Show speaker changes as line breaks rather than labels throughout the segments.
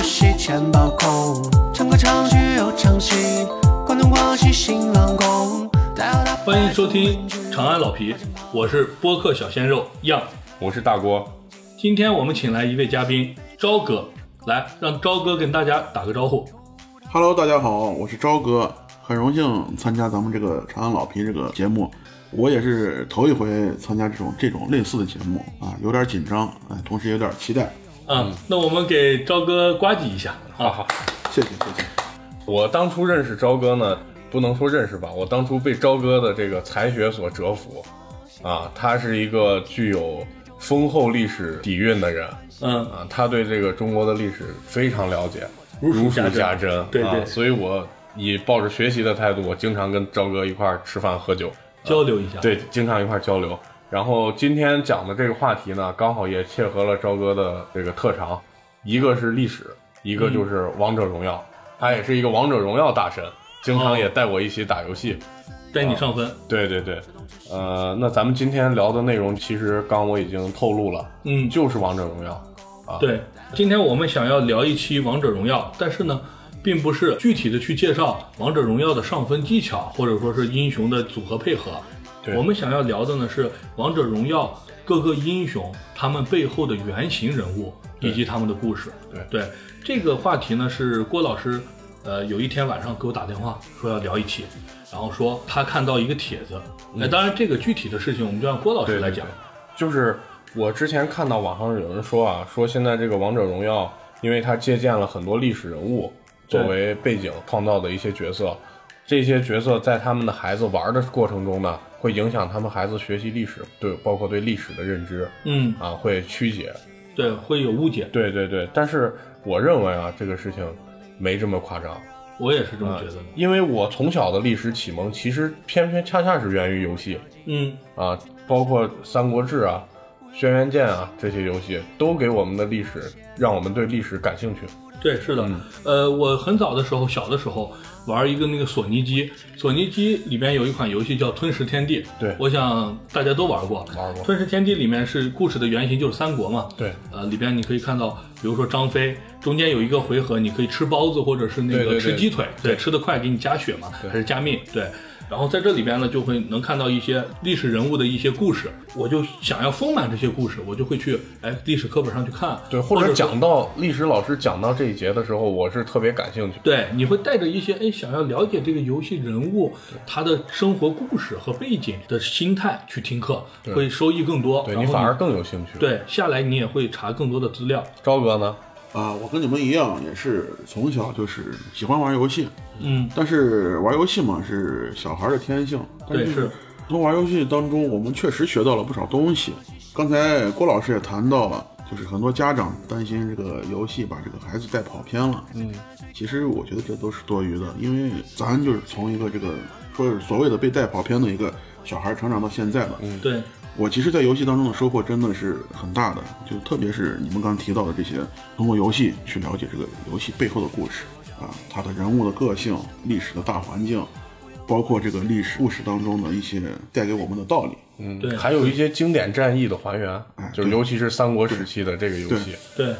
戏钱包空，唱歌唱曲又唱戏，关东过西新郎宫。
欢迎收听《长安老皮》，我是播客小鲜肉样。
我是大郭，
今天我们请来一位嘉宾朝哥，来让朝哥跟大家打个招呼。
Hello，大家好，我是朝哥，很荣幸参加咱们这个《长安老皮》这个节目，我也是头一回参加这种这种类似的节目啊，有点紧张，哎，同时也有点期待，
嗯，那我们给朝哥呱唧一下
哈
啊。
哈。
谢谢谢谢，
我当初认识朝哥呢，不能说认识吧，我当初被朝哥的这个才学所折服，啊，他是一个具有丰厚历史底蕴的人，
嗯，
啊，他对这个中国的历史非常了解，
如数
如
家
数
珍
家珍，
对对
啊，所以我以抱着学习的态度，我经常跟朝哥一块儿吃饭喝酒，
交流一下。，
对，经常一块儿交流。然后今天讲的这个话题呢，刚好也切合了朝哥的这个特长，一个是历史，一个就是王者荣耀。他也是一个王者荣耀大神，经常也带我一起打游戏。
带你上分。
对对对，呃，那咱们今天聊的内容，其实刚我已经透露了，
嗯，
就是王者荣耀。
对，今天我们想要聊一期《王者荣耀》，但是呢，并不是具体的去介绍《王者荣耀》的上分技巧，或者说是英雄的组合配合。
对
我们想要聊的呢是《王者荣耀》各个英雄他们背后的原型人物以及他们的故事。
对
对，这个话题呢是郭老师，呃，有一天晚上给我打电话说要聊一起，然后说他看到一个帖子，那、当然这个具体的事情我们就让郭老师
嗯对
来
对
讲。
对就是我之前看到网上有人说啊，说现在这个王者荣耀，因为它借鉴了很多历史人物
对
作为背景创造的一些角色，这些角色在他们的孩子玩的过程中呢，会影响他们孩子学习历史，对，包括对历史的认知
嗯，
啊，会曲解。
对，会有误解，
对对对，但是我认为啊，这个事情没这么夸张，
我也是这么
啊
觉得的。
因为我从小的历史启蒙其实偏偏恰恰是源于游戏。
嗯，
啊，包括《三国志》啊、《轩辕剑》啊这些游戏，都给我们的历史，让我们对历史感兴趣。
对，是的，
嗯
呃，我很早的时候，小的时候玩一个那个索尼机，索尼机里边有一款游戏叫《吞食天地》，
对
我想大家都玩过。
玩过
吞食天地》里面是故事的原型就是三国嘛，
对，
呃，里边你可以看到，比如说张飞，中间有一个回合，你可以吃包子或者是那
对对
个
对
吃鸡腿，对吃得快给你加血嘛，还是加命，对。然后在这里边呢，就会能看到一些历史人物的一些故事，我就想要丰满这些故事，我就会去哎历史课本上去看，
对，或者
说
讲到历史老师讲到这一节的时候，我是特别感兴趣。
对，你会带着一些哎想要了解这个游戏人物他的生活故事和背景的心态去听课，会收益更多。
对
然
你
后
反而更有兴趣。，
对下来你也会查更多的资料。
朝哥呢？
啊，我跟你们一样，也是从小就是喜欢玩游戏，
嗯，
但是玩游戏嘛是小孩的天性，但
对，是，
从玩游戏当中，我们确实学到了不少东西。刚才郭老师也谈到了，就是很多家长担心这个游戏把这个孩子带跑偏了。嗯，其实我觉得这都是多余的，因为咱就是从一个这个说是所谓的被带跑偏的一个小孩成长到现在吧。嗯，
对，
我其实，在游戏当中的收获真的是很大的，就特别是你们刚提到的这些，通过游戏去了解这个游戏背后的故事啊，它的人物的个性、历史的大环境，包括这个历史故事当中的一些带给我们的道理。
嗯
对
还有一些经典战役的还原，就是
嗯对
尤其是三国时期的这个游戏。
对，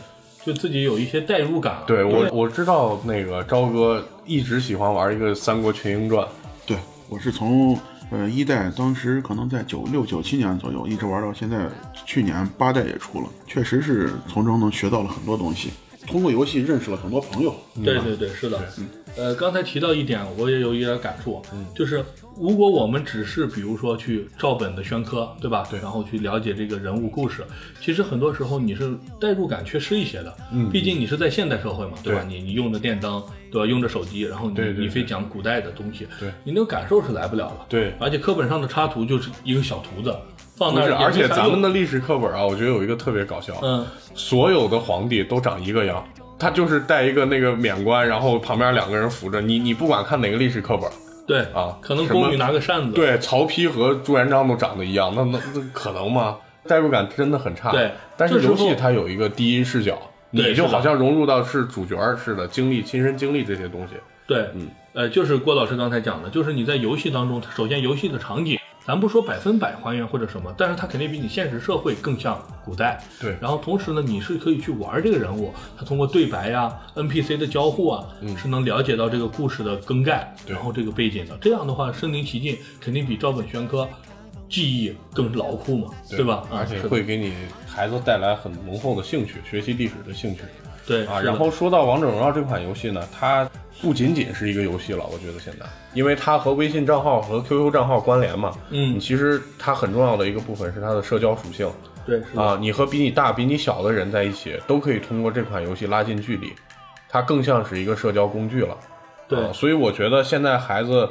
就自己有一些代入感啊。
对我我知道那个朝哥一直喜欢玩一个《三国群英传》，
对我是从呃一代，当时可能在九六九七年左右，一直玩到现在，去年八代也出了，确实是从中能学到了很多东西，通过游戏认识了很多朋友。
对对对，是的。
嗯
呃，刚才提到一点，我也有一点感触，啊就是如果我们只是比如说去照本的宣科，对吧？对然后去了解这个人物故事，其实很多时候你是代入感缺失一些的。嗯，毕竟你是在现代社会嘛，对吧？你你用着电灯，对吧？用着手机，然后你
嗯对对对
你非讲古代的东西，
对
你那个感受是来不了了。
对
而且课本上的插图就是一个小图子放
不
那
是，
儿，
而且咱们
的
的历史课本啊，我觉得有一个特别搞笑，
嗯，
所有的皇帝都长一个样，他就是戴一个那个冕冠，然后旁边两个人扶着你。你不管看哪个历史课本，
对
啊
可能
什么
宫女拿个扇子，
对曹丕和朱元璋都长得一样，那那那可能吗？代入感真的很差。
对
但是
这时候
游戏它有一个第一视角，
对
你就好像融入到是主角似的，经历亲身经历这些东西。
对，嗯，呃，就是郭老师刚才讲的，就是你在游戏当中，首先游戏的场景，咱不说百分百还原或者什么，但是它肯定比你现实社会更像古代。
对
然后同时呢，你是可以去玩这个人物，他通过对白呀、NPC 的交互啊，
嗯
是能了解到这个故事的更概，然后这个背景的。这样的话，身临其境肯定比照本宣科记忆更牢固嘛，对吧？啊
而且
是的
会给你孩子带来很浓厚的兴趣，学习历史的兴趣
对
啊。
是的
然后说到《王者荣耀》这款游戏呢，它不仅仅是一个游戏了，我觉得现在，因为它和微信账号和 QQ 账号关联嘛，
嗯
其实它很重要的一个部分是它的社交属性
对是的
啊。你和比你大、比你小的人在一起，都可以通过这款游戏拉近距离，它更像是一个社交工具了。
对
啊所以我觉得现在孩子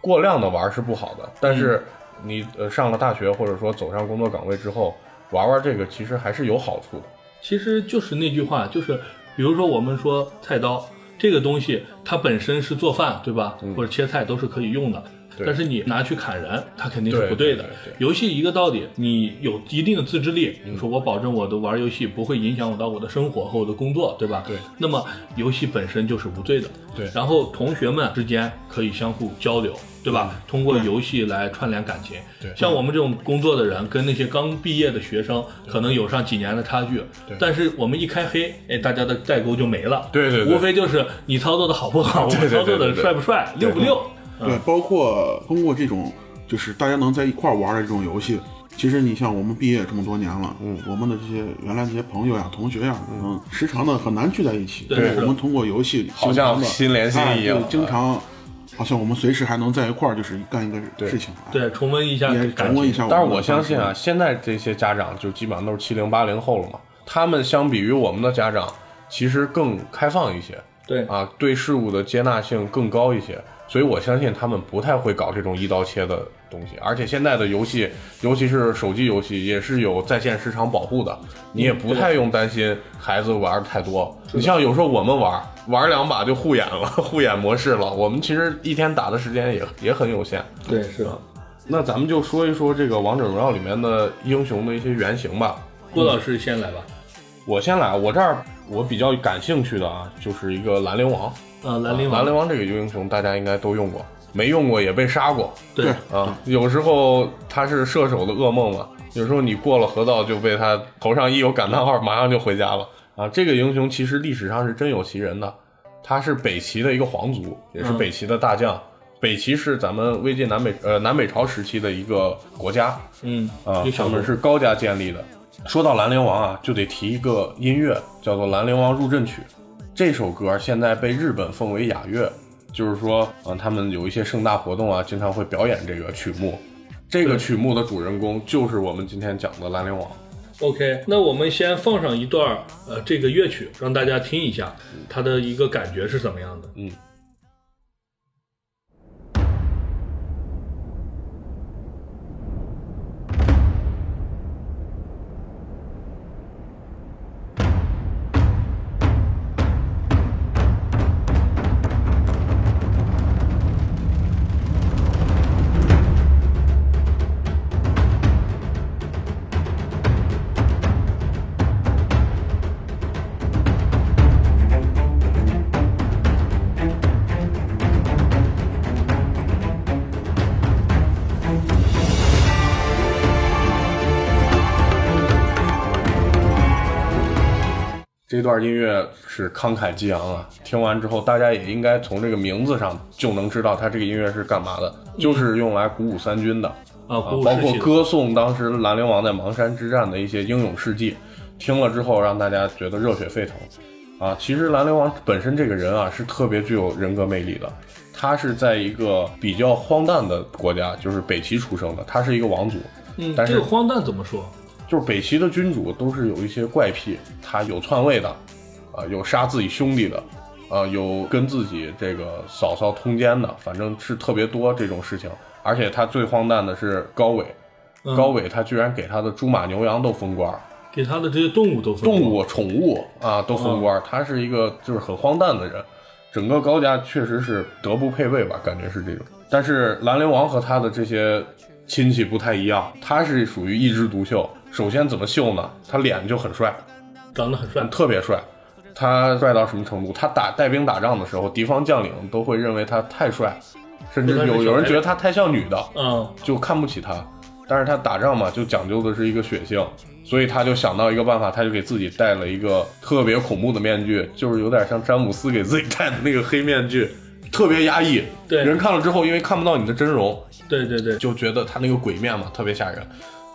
过量的玩是不好的，
嗯
但是你呃上了大学或者说走上工作岗位之后，玩玩这个其实还是有好处的。
其实就是那句话，就是比如说我们说菜刀这个东西，它本身是做饭对吧，或者切菜都是可以用的。
嗯对
但是你拿去砍人，它肯定是不的。
对对嗯对对
游戏一个道理，你有一定的自制力，你说我保证我的玩游戏不会影响我到我的生活和我的工作，对吧？
对。
那么游戏本身就是无罪的。
对
然后同学们之间可以相互交流，对
嗯
吧？通过游戏来串联感情。
对
像我们这种工作的人，跟那些刚毕业的学生，可能有上几年的差距。
对
但是我们一开黑，哎，大家的代沟就没了。
对对对
无非就是你操作的好不好，我
对对对
操作的
对对
帅不帅，溜不溜。
对，包括通过这种就是大家能在一块儿玩的这种游戏，其实你像我们毕业这么多年了，嗯，我们的这些原来这些朋友呀、同学呀，嗯，时常的很难聚在一起。
对
我
是
们通过游戏，
好像心连心一样
哎对经常好像我们随时还能在一块儿，就是干一个事情。哎，
对，重温一下
也
感
重温一
情。
下。
但是我相信啊，，现在这些家长就基本上都是七零八零后了嘛，他们相比于我们的家长，其实更开放一些
对，
啊，对事物的接纳性更高一些。所以我相信他们不太会搞这种一刀切的东西，而且现在的游戏，尤其是手机游戏，也是有在线时长保护的，你也不太用担心孩子玩太多。你像有时候我们玩玩两把就护眼了，护眼模式了，我们其实一天打的时间也也很有限。
对，是的。
那咱们就说一说这个《王者荣耀》里面的英雄的一些原型吧。
郭老师先来吧。
我先来，啊我这儿我比较感兴趣的啊，就是一个兰陵王。
啊，兰陵
兰
王
陵，王这个英雄大家应该都用过，没用过也被杀过
对，
啊。有时候他是射手的噩梦嘛，有时候你过了河道就被他头上一有感叹号，马上就回家了啊。这个英雄其实历史上是真有其人的，他是北齐的一个皇族，也是
嗯
北齐的大将。北齐是咱们魏晋南北呃南北朝时期的一个国家，
嗯，
啊
有，
他
小
们是高家建立的。说到兰陵王啊，就得提一个音乐，叫做《兰陵王入阵曲》。这首歌现在被日本奉为雅乐，就是说，啊，他们有一些盛大活动啊，经常会表演这个曲目。这个曲目的主人公就是我们今天讲的兰陵王。
OK，那我们先放上一段儿呃这个乐曲，让大家听一下它的一个感觉是怎么样的。
嗯。这段音乐是慷慨激昂啊！听完之后，大家也应该从这个名字上就能知道他这个音乐是干嘛的，就是用来鼓舞三军的。
啊，
啊
鼓，舞
包
士
括
气的
歌颂当时兰陵王在邙山之战的一些英勇事迹，听了之后让大家觉得热血沸腾。啊，其实兰陵王本身这个人啊是特别具有人格魅力的，他是在一个比较荒诞的国家，就是北齐出生的，他是一个王族，
嗯，
但
这
是
个荒诞怎么说？
就是北齐的君主都是有一些怪癖，他有篡位的，啊、有杀自己兄弟的，啊、有跟自己这个嫂嫂通奸的，反正是特别多这种事情。而且他最荒诞的是高纬，
嗯
高伟他居然给他的猪马牛羊都封官儿，
给他的这些动物都分
动物宠物啊都封官儿，他是一个就是很荒诞的人。整个高家确实是德不配位吧，感觉是这种。但是兰陵王和他的这些亲戚不太一样，他是属于一枝独秀。首先怎么秀呢？他脸就很帅，
长得很帅，
特别帅。他帅到什么程度？他打带兵打仗的时候，敌方将领都会认为他太帅，甚至有有人觉得她太像女的，
嗯，
就看不起她。但是她打仗嘛，就讲究的是一个血性，所以她就想到一个办法，她就给自己戴了一个特别恐怖的面具，就是有点像詹姆斯给自己戴的那个黑面具，特别压抑。
对
人看了之后，因为看不到你的真容，
对对对，
就觉得他那个鬼面嘛特别吓人。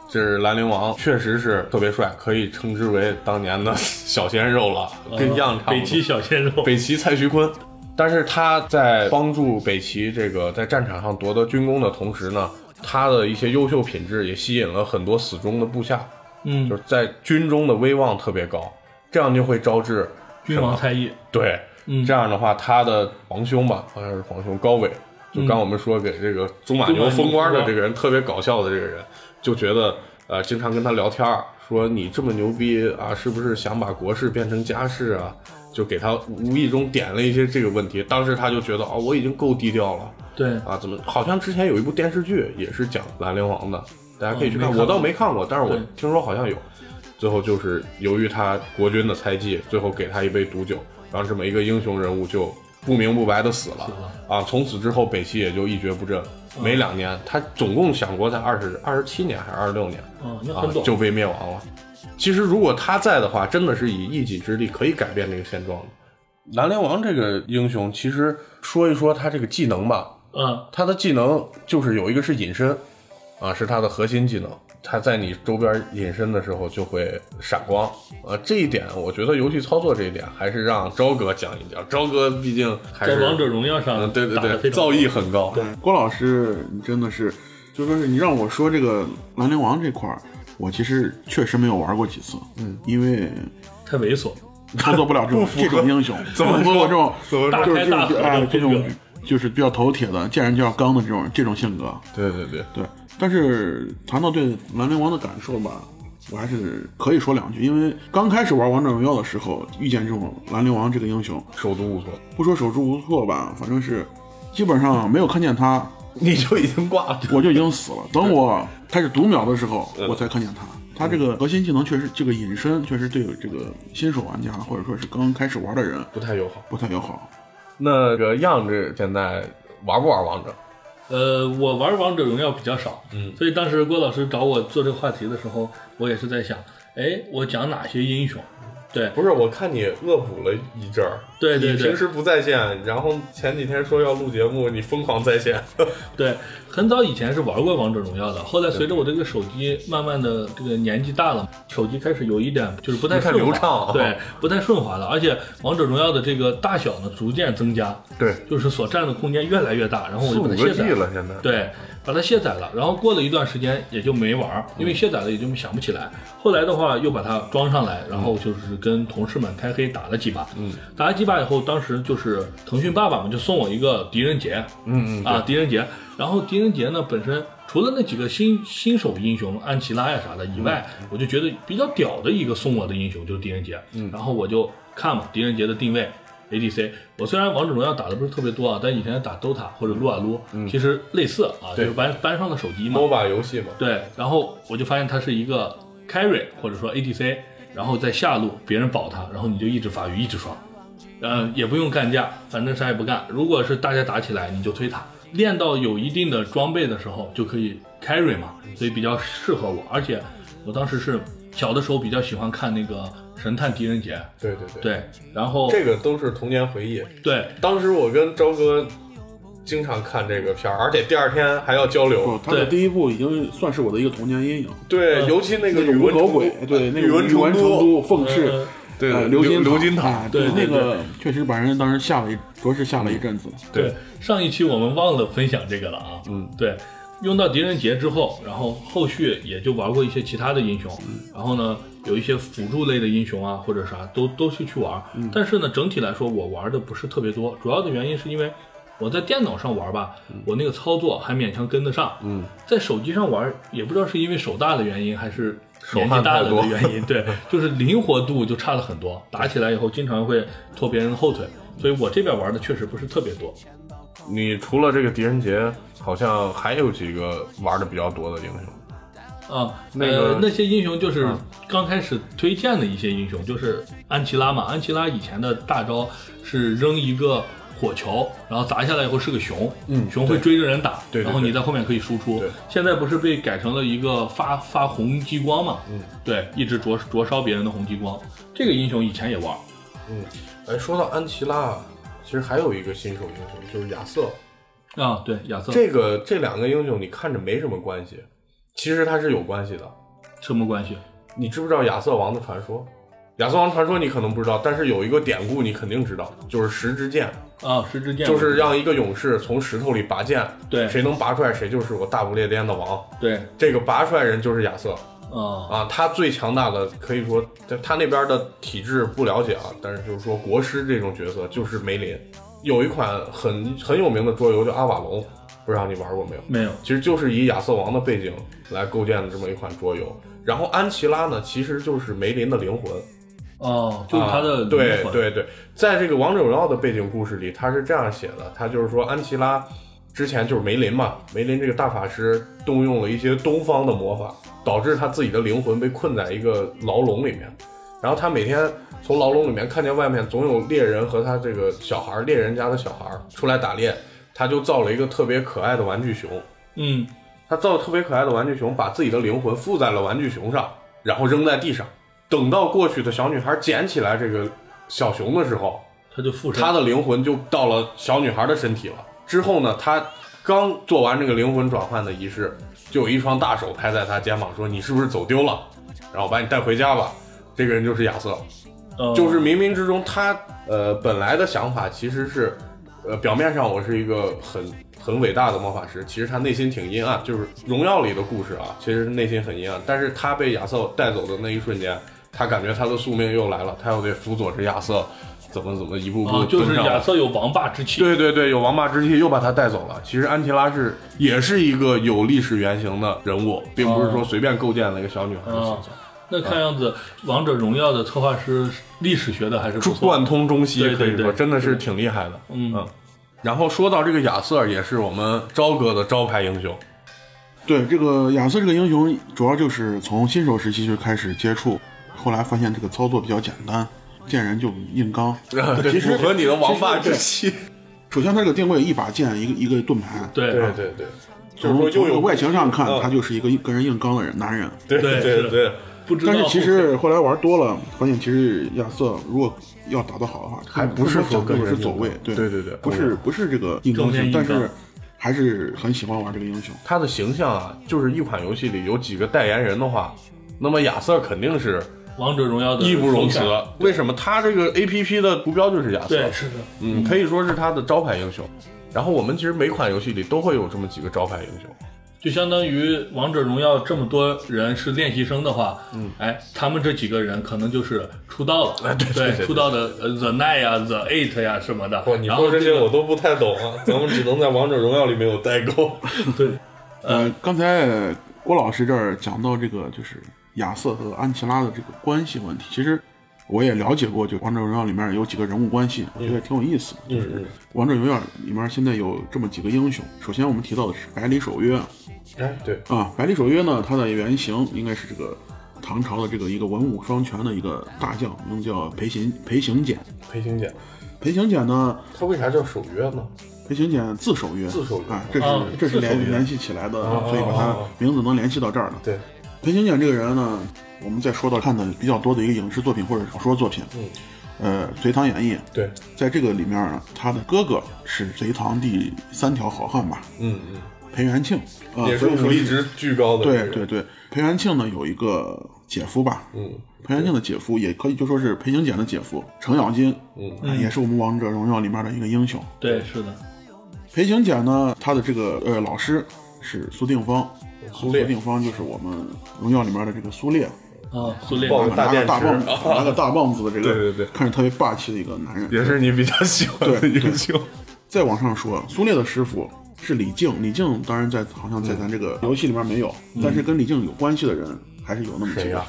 这是兰陵王，确实是特别帅，可以称之为当年的小鲜肉了，跟样差不多。
北齐小鲜肉，
北齐蔡徐坤，但是他在帮助北齐这个在战场上夺得军功的同时呢，他的一些优秀品质也吸引了很多死忠的部下，
嗯
就，是在军中的威望特别高，这样就会招致
君王猜疑，
对，
嗯
这样的话，他的皇兄吧，好像是皇兄高伟，就刚我们说给这个中马牛封官的这个人特别搞笑的这个人，就觉得呃，经常跟他聊天儿，说你这么牛逼啊，是不是想把国事变成家事啊？就给他无意中点了一些这个问题，当时他就觉得哦，我已经够低调了
对，
啊，怎么好像之前有一部电视剧也是讲兰陵王的，大家可以去
嗯没
看，
看
我
过
倒没看过，但是我
对
听说好像有。最后就是由于他国君的猜忌，最后给他一杯毒酒，然后这么一个英雄人物就不明不白的死了啊！从此之后，北齐也就一蹶不振。
嗯
没两年，他总共享国才二十二十七年还是二十六年
嗯，那
啊
很，懂，
就被灭亡了。其实如果他在的话，真的是以一己之力可以改变这个现状的。兰陵王这个英雄，其实说一说他这个技能吧，
嗯，
他的技能就是有一个是隐身，啊，是他的核心技能。他在你周边隐身的时候就会闪光，啊，这一点我觉得游戏操作这一点还是让朝哥讲一讲。朝哥毕竟还
在
是
王者荣耀
嗯，
上
对
打得
对
非
对，
常好
造诣很高。
对
郭老师，你真的是，就说是你让我说这个兰陵王这块儿，我其实确实没有玩过几次，嗯，因为
太猥琐，
操作不了这种这种英雄，
怎么
操
说
作这种
怎么说
就是
大开大合
就是哎
的
这
这
种
个
就是比较头铁的，见人就要刚的这种这种性格，
对对对，
对，但是谈到对兰陵王的感受吧，我还是可以说两句，因为刚开始玩王者荣耀的时候，遇见这种兰陵王这个英雄，
手足无措，
不说手足无措吧，反正是基本上没有看见他，
你就已经挂了。
我就已经死了。等我开始读秒的时候，
嗯
我才看见他。他这个核心技能确实，这个隐身确实对这个新手玩家或者说是刚开始玩的人
不太友好。
不太友好。
那个样子现在玩不玩王者？
呃，我玩王者荣耀比较少，嗯，所以当时郭老师找我做这个话题的时候，我也是在想，哎，我讲哪些英雄？对，
不是，我看你恶补了一阵儿。
对对对
你平时不在线，然后前几天说要录节目，你疯狂在线。
对，很早以前是玩过王者荣耀的，后来随着我这个手机慢慢的这个年纪大了，手机开始有一点就是不太
不太
顺滑
流畅啊
对，不太顺滑了。而且王者荣耀的这个大小呢逐渐增加，
对，
就是所占的空间越来越大，然后我
四
就
五
把它
个
卸
G
载
了，现在。
对，把它卸载了，然后过了一段时间也就没玩儿，因为卸载了也就想不起来。后来的话又把它装上来，然后就是跟同事们开黑打了几把，嗯，打了几把以后，当时就是腾讯爸爸嘛，就送我一个狄仁杰，嗯嗯啊，狄仁杰，然后狄仁杰呢本身。除了那几个新新手英雄安琪拉呀啥的以外，我就觉得比较屌的一个送我的英雄就是狄仁杰，嗯、然后我就看嘛，狄仁杰的定位，ADC，我虽然王者荣耀打的不是特别多啊，但以前打 DOTA 或者撸啊撸，其实类似啊，就是搬搬上了手机嘛。
MOBA 游戏嘛，
对，然后我就发现他是一个 carry 或者说 ADC，然后在下路别人保他，然后你就一直发育一直刷，呃，也不用干架，反正啥也不干。如果是大家打起来，你就推塔。练到有一定的装备的时候，就可以 carry 嘛，所以比较适合我。而且我当时是小的时候比较喜欢看那个《神探狄仁杰》，
对对对，
对，然后
这个都是童年回忆。
对
当时我跟朝哥经常看这个片儿，而且第二天还要交流
不，。他的
对
第一部已经算是我的一个童年阴影。
对，尤其那个
呃那
宇
个无
文
头
成
鬼，
都
对，那个
宇文
宇文
成
成
都，
都、凤翅
呃，
对
呃
刘
刘金
刘金
塔，
塔
哎
对对
那个确实把人当时吓了一，着实吓了
嗯
一阵子。
对，上一期我们忘了分享这个了啊。嗯，对，用到狄仁杰之后，然后后续也就玩过一些其他的英雄，然后呢，有一些辅助类的英雄啊或者啥都都是去玩，但是呢，整体来说我玩的不是特别多，主要的原因是因为。我在电脑上玩吧，我那个操作还勉强跟得上。嗯，在手机上玩，也不知道是因为手大的原因，还是年纪大了
手汗太多
的原因，对，就是灵活度就差了很多。打起来以后，经常会拖别人的后腿，所以我这边玩的确实不是特别多。
你除了这个狄仁杰，好像还有几个玩的比较多的英雄。
啊，
那个啊
呃、那些英雄就是刚开始推荐的一些英雄，就是安琪拉嘛。安琪拉以前的大招是扔一个火球，然后砸下来以后是个熊，嗯，熊会追着人打，
对对
然后你在后面可以输出
对。
现在不是被改成了一个发发红激光嘛，嗯，对，一直灼灼烧别人的红激光。这个英雄以前也玩，
哎，说到安琪拉，其实还有一个新手英雄就是亚瑟。
啊，对，亚瑟
这个这两个英雄你看着没什么关系，其实它是有关系的。
什么关系？
你知不知道亚瑟王的传说？亚瑟王传说你可能不知道，但是有一个典故你肯定知道，就是十支箭，
啊，十支箭
就是让一个勇士从石头里拔剑，
对
谁能拔出来谁就是我大不列颠的王。
对
这个拔出来人就是亚瑟
啊，
啊，他最强大的可以说他他那边的体制不了解啊，但是就是说国师这种角色就是梅林。有一款很很有名的桌游叫阿瓦隆，不知道你玩过没有？
没有
其实就是以亚瑟王的背景来构建的这么一款桌游。然后安琪拉呢，其实就是梅林的灵魂，
哦，就是他的
啊
灵
对
魂
对对，在这个王者荣耀的背景故事里，他是这样写的，他就是说安琪拉之前就是梅林嘛，梅林这个大法师动用了一些东方的魔法，导致他自己的灵魂被困在一个牢笼里面，然后他每天。从牢笼里面看见外面总有猎人和他这个小孩儿，猎人家的小孩儿出来打猎，他就造了一个特别可爱的玩具熊，
嗯，
他造的特别可爱的玩具熊，把自己的灵魂附在了玩具熊上，然后扔在地上。等到过去的小女孩捡起来这个小熊的时候，
他就附身
她的灵魂就到了小女孩的身体了。之后呢，她刚做完这个灵魂转换的仪式，就有一双大手拍在她肩膀说：“你是不是走丢了？然后把你带回家吧。”这个人就是亚瑟。
哦
就是冥冥之中他呃本来的想法其实是，呃表面上我是一个很很伟大的魔法师，其实他内心挺阴暗，就是荣耀里的故事啊，其实是内心很阴暗，但是他被亚瑟带走的那一瞬间，他感觉他的宿命又来了，他又得辅佐着亚瑟，怎么怎么一步步、
啊，就是
登上
亚瑟有王霸之气，
对对对，有王霸之气又把他带走了。其实安琪拉是也是一个有历史原型的人物，并不
哦
是说随便构建了一个小女孩的形象，
那看样子，《王者荣耀》的策划师历史学的还是不错。
贯通中西，
对
可
对
以说
对
真的是挺厉害的。
嗯，
嗯，然后说到这个亚瑟，也是我们朝哥的招牌英 雄。
对这个亚瑟这个英雄，主要就是从新手时期就开始接触，后来发现这个操作比较简单，见人就硬刚。
对，
其实
符合你的王霸之气。
首先，它这个定位一把剑，一个一个盾牌，
对
对对对，就是
从
说又有
从外形上看，
嗯
他就是一个硬跟人硬刚的人男人。
对
对
对
是
对，
不知道
但
后
是
面。
其实后来玩多了，发现其实亚瑟如果要打得好的话，
还不是说
讲究
跟
的
人
是走位
硬，刚
对
对对对
不是不是这个硬刚
中间
型，
硬
但
刚
是还是很喜欢玩这个英雄。
他的形象啊，就是一款游戏里有几个代言人的话，那么亚瑟肯定是
王者荣耀的
义不容辞
手感。。
为什么？他这个 A P P 的图标就是亚瑟。
对，是的，
嗯，可以说是他的招牌英雄。然后我们其实每款游戏里都会有这么几个招牌英雄。
就相当于王者荣耀这么多人是练习生的话，嗯，哎，他们这几个人可能就是出道了，
啊对对对
出道的呃 The Nine 呀、The Eight 呀、什么的。
你
然后
说这
这
些
个
我都不太懂啊，咱们只能在王者荣耀里面有代沟。
对，嗯
呃，刚才郭老师这儿讲到这个就是亚瑟和安琪拉的这个关系问题，其实我也了解过，就《王者荣耀》里面有几个人物关系，我
嗯
觉得挺有意思的。
嗯
就是《王者荣耀》里面现在有这么几个英雄，首先我们提到的是百里守约
哎，对，
啊，百里守约呢，他的原型应该是这个唐朝的这个一个文武双全的一个大将，名叫裴行裴行俭。
裴行俭，
裴行俭呢，
他为啥叫守约呢？
裴行俭自守约，
自守约
啊，这是、
啊
这是
自守
联
约
联系起来的，
哦
所以把他
哦哦
名字能联系到这儿了。
对，
呃裴行俭这个人呢，我们在说到看的比较多的一个影视作品或者小说作品，
嗯，
呃，《隋唐演义》
对，
在这个里面呢，他的哥哥是隋唐第三条好汉吧，
嗯嗯，
裴元庆，啊、
也是
所以
武
说
力值巨高的，
对对，对，裴元庆呢有一个姐夫吧，
嗯，
裴元庆的姐夫也可以就说是裴行俭的姐夫程咬金，
嗯
啊也是我们王者荣耀里面的一个英雄。
对，是的，
裴行俭呢，他的这个呃老师是苏定方，
苏
苏
烈
定方就是我们荣耀里面的这个苏烈，
啊，苏烈，
抱个大电池
拿个大 棒子，拿个大棒子的这个，
对对对
看着特别霸气的一个男人。
也是你比较喜欢的
对对
英雄。
再往上说，苏烈的师傅是李靖，李靖当然在好像在咱这个游戏里面没有，但是跟李靖有关系的人还是有那么几
嗯谁
个
呀。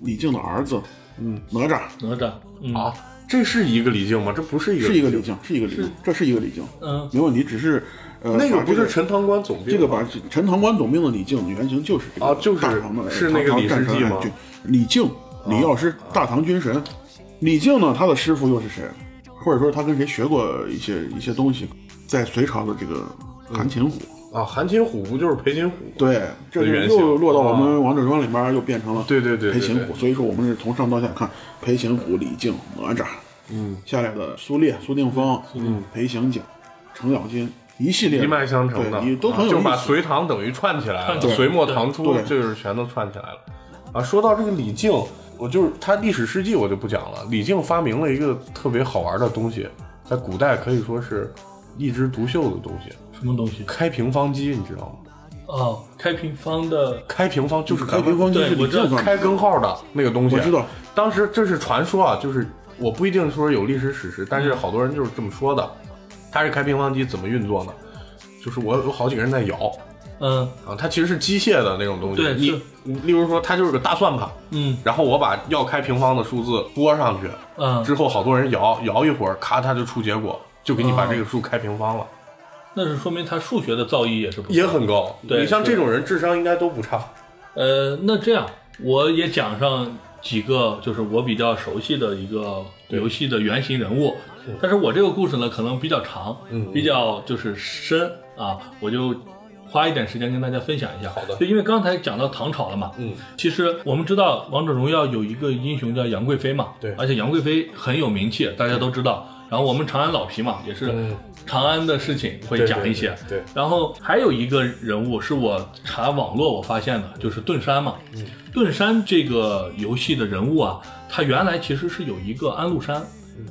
李靖的儿子，嗯，哪吒
哪吒，嗯
啊，这是一个李靖吗？这不是一个，
是一个李。靖，是一个李靖，这是一个李靖，
嗯，
没问题，只是呃，
那个
把
不
这
是陈塘关总兵
这个
吗
把陈塘关总兵的李靖原型就是这个
啊就是
大唐的
是那个
唐
李
朝
世
战神
济
哎
吗哦
对李靖，李药师，大唐军神。李靖呢，他的师傅又是谁？或者说他跟谁学过一些一些东西，在隋朝的这个韩擒虎，
啊，韩擒虎不就是裴擒虎？
对，这就
原型
又落到我们王者荣耀里面，又变成了
哦对对对对
裴擒
对
虎。所以说我们是从上到下看裴擒虎、李靖、哪吒，嗯，下来的苏烈、苏定方、嗯，裴行俭、程咬金一系列的
一脉相承的，
对，你都
啊
很有
就
意
把
思。
隋唐等于串起来了，
串起来
隋末唐初
对
就是全都串起来了。啊，说到这个李靖，我就是他历史事迹我就不讲了。李靖发明了一个特别好玩的东西，在古代可以说是一枝独秀的东西
什么东西
——开平方机，你知道吗？
哦，开平方的
开平方就是
开平方机
对
是
我
李
知道
靖干
开根号的那个东西，
我知道。
当时这是传说啊，就是我不一定说有历史史实，但是好多人就是这么说的。它是开平方机怎么运作呢？就是我有好几个人在摇
嗯
啊，它其实是机械的那种东西。
对
你
是
你例如说，它就是个大算盘，
嗯
然后我把要开平方的数字拨上去，
嗯，
之后好多人摇摇一会儿，咔，它就出结果，就给你把这个数开平方了，
那是说明他数学的造诣也是不错
也很高。
对
你像
是
这种人智商应该都不差。
呃，那这样我也讲上几个，就是我比较熟悉的一个游戏的原型人物。但是我这个故事呢，可能比较长，
嗯
比较就是深啊，我就花一点时间跟大家分享一下。
好的
就因为刚才讲到唐朝了嘛，
嗯，
其实我们知道《王者荣耀》有一个英雄叫杨贵妃嘛，
对
而且杨贵妃很有名气，大家都知道。然后我们长安老皮嘛，也是
嗯
长安的事情会讲一些。
对对对对
然后还有一个人物是我查网络我发现的，就是盾山嘛。盾山这个游戏的人物啊，他原来其实是有一个安禄山，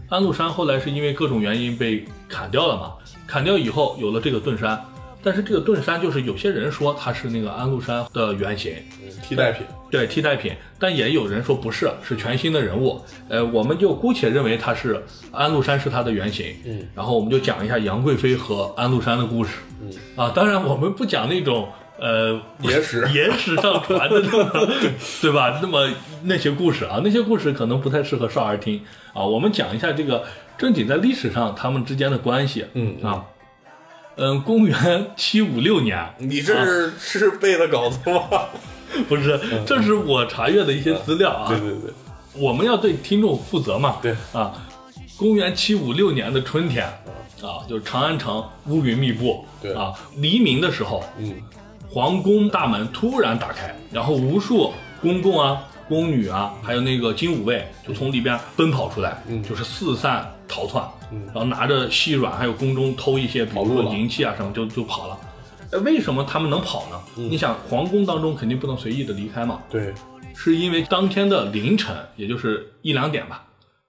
安禄山后来是因为各种原因被砍掉了嘛，砍掉以后有了这个盾山。但是这个盾山就是有些人说他是那个安禄山的原型，
替代品，
对替代品，但也有人说不是，是全新的人物。呃，我们就姑且认为他是安禄山是他的原型。嗯，然后我们就讲一下杨贵妃和安禄山的故事。嗯，啊，当然我们不讲那种呃
野史
野史上传的那种， 对吧？那么那些故事啊，那些故事可能不太适合少儿听啊。我们讲一下这个正经在历史上他们之间的关系。
嗯
啊。嗯，公元七五六年，
你这是、是背的稿子吗？
不是，这是我查阅的一些资料啊。
嗯对对对，
我们要对听众负责嘛。
对
啊，公元七五六年的春天，啊，就是长安城乌云密布。
对
啊，黎明的时候，
嗯，
皇宫大门突然打开，然后无数公公啊、宫女啊，还有那个金吾卫就从里边奔跑出来，嗯、就是四散逃窜，嗯、然后拿着细软还有宫中偷一些，比如
跑路
说
了
银器啊什么就就跑了。哎，为什么他们能跑呢？
嗯
你想，皇宫当中肯定不能随意的离开嘛。
对，
是因为当天的凌晨，也就是一两点吧，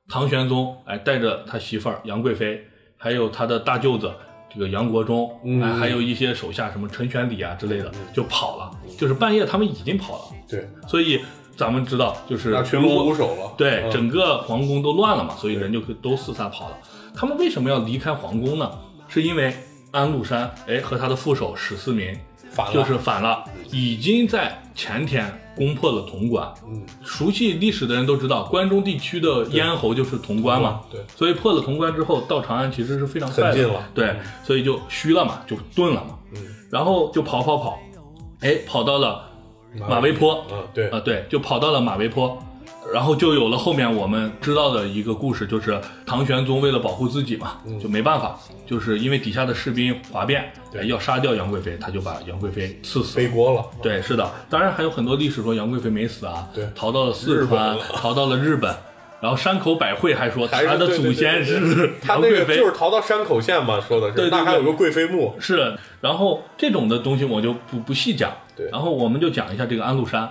唐玄宗哎带着他媳妇儿杨贵妃，还有他的大舅子这个杨国忠，
嗯
哎还有一些手下什么陈玄礼啊之类的就跑了，就是半夜他们已经跑了，
对，
所以咱们知道就是
那群龙无首了。
对，
嗯
整个皇宫都乱了嘛，所以人就都四散跑了。他们为什么要离开皇宫呢？是因为安禄山哎和他的副手史思明
反了
就是反了，已经在前天攻破了潼关。嗯，熟悉历史的人都知道，关中地区的咽喉就是潼关嘛。
对
所以破了潼关之后，到长安其实是非常
嗯很
快的
近了
对，所以就虚了嘛，就钝了嘛。嗯，然后就跑跑跑，哎，跑到了马嵬坡。
嗯，对
啊，对，就跑到了马嵬坡，然后就有了后面我们知道的一个故事，就是唐玄宗为了保护自己嘛，
嗯
就没办法，就是因为底下的士兵哗变，
对
哎要杀掉杨贵妃，他就把杨贵妃刺死
背
了。
锅了。
对，是的，当然还有很多历史说杨贵妃没死啊，
对
逃到了四川
日本，
逃到了日本，然后山口百惠还说
还是
她的祖先是
他
杨
那
贵
个
妃，
就是逃到山口县嘛，说的
对对
是，那还有个贵妃墓，
是，然后这种的东西我就不不细讲，
对
然后我们就讲一下这个安禄山，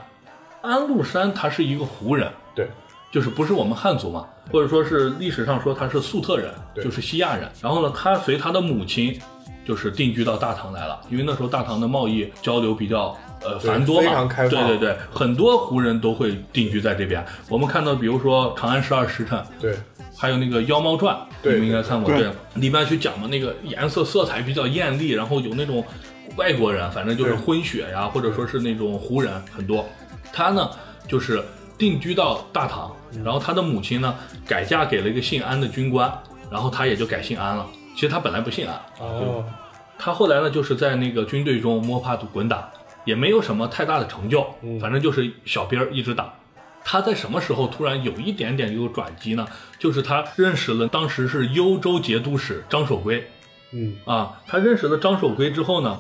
安禄山他是一个胡人，
对，
就是不是我们汉族嘛，或者说是历史上说他是粟特人，
对
就是西亚人。然后呢，他随他的母亲就是定居到大唐来了，因为那时候大唐的贸易交流比较呃繁多嘛，
非常开放
对对对，很多胡人都会定居在这边。我们看到，比如说《长安十二时辰》。
对，
还有那个《妖猫传》，
对
你们应该看过，
对
对，里面去讲嘛，那个颜色色彩比较艳丽，然后有那种外国人，反正就是
对
混血呀，或者说是那种胡人很多。他呢，就是定居到大唐，
嗯
然后他的母亲呢改嫁给了一个姓安的军官，然后他也就改姓安了。其实他本来不姓安，
哦，
他后来呢，就是在那个军队中摸爬滚打，也没有什么太大的成就，反正就是小兵儿一直打。他在什么时候突然有一点点有转机呢？就是他认识了当时是幽州节度使张守珪，
嗯
啊，他认识了张守珪之后呢，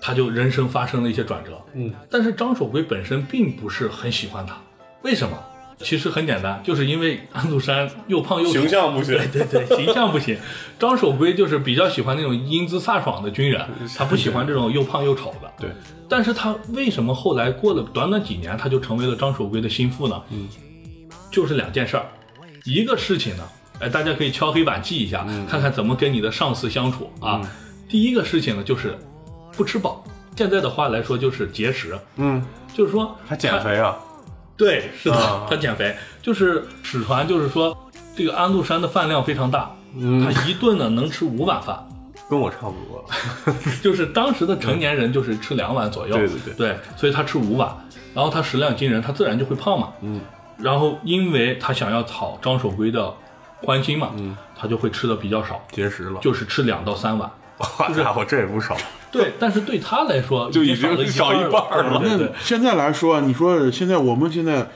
他就人生发生了一些转折。
嗯，
但是张守珪本身并不是很喜欢他，为什么？其实很简单，就是因为安禄山又胖又丑
形象不行，
对对，形象不行。张守珪就是比较喜欢那种英姿飒爽的军人，他不喜欢这种又胖又丑的。
对，
但是他为什么后来过了短短几年，他就成为了张守珪的心腹呢？嗯，就是两件事儿，一个事情呢，哎，大家可以敲黑板记一下，看看怎么跟你的上司相处啊。第一个事情呢，就是不吃饱，现在的话来说就是节食，
嗯，
就是说
他减肥啊，
对，是的，
啊
他减肥就是史传就是说，这个安禄山的饭量非常大，
嗯
他一顿呢能吃五碗饭，
跟我差不多，
就是当时的成年人就是吃两碗左右，
嗯对对对
所以他吃五碗，然后他食量惊人，他自然就会胖嘛，嗯，然后因为他想要讨张守珪的欢心嘛，嗯，他就会吃的比较少，
节食了，
就是吃两到三碗。
好家伙，这也不少，
对，但是对他来说
就
已
已
经
经
少
少
了
一半
半
儿了
对对对
那现在来说，啊你说现在我们现在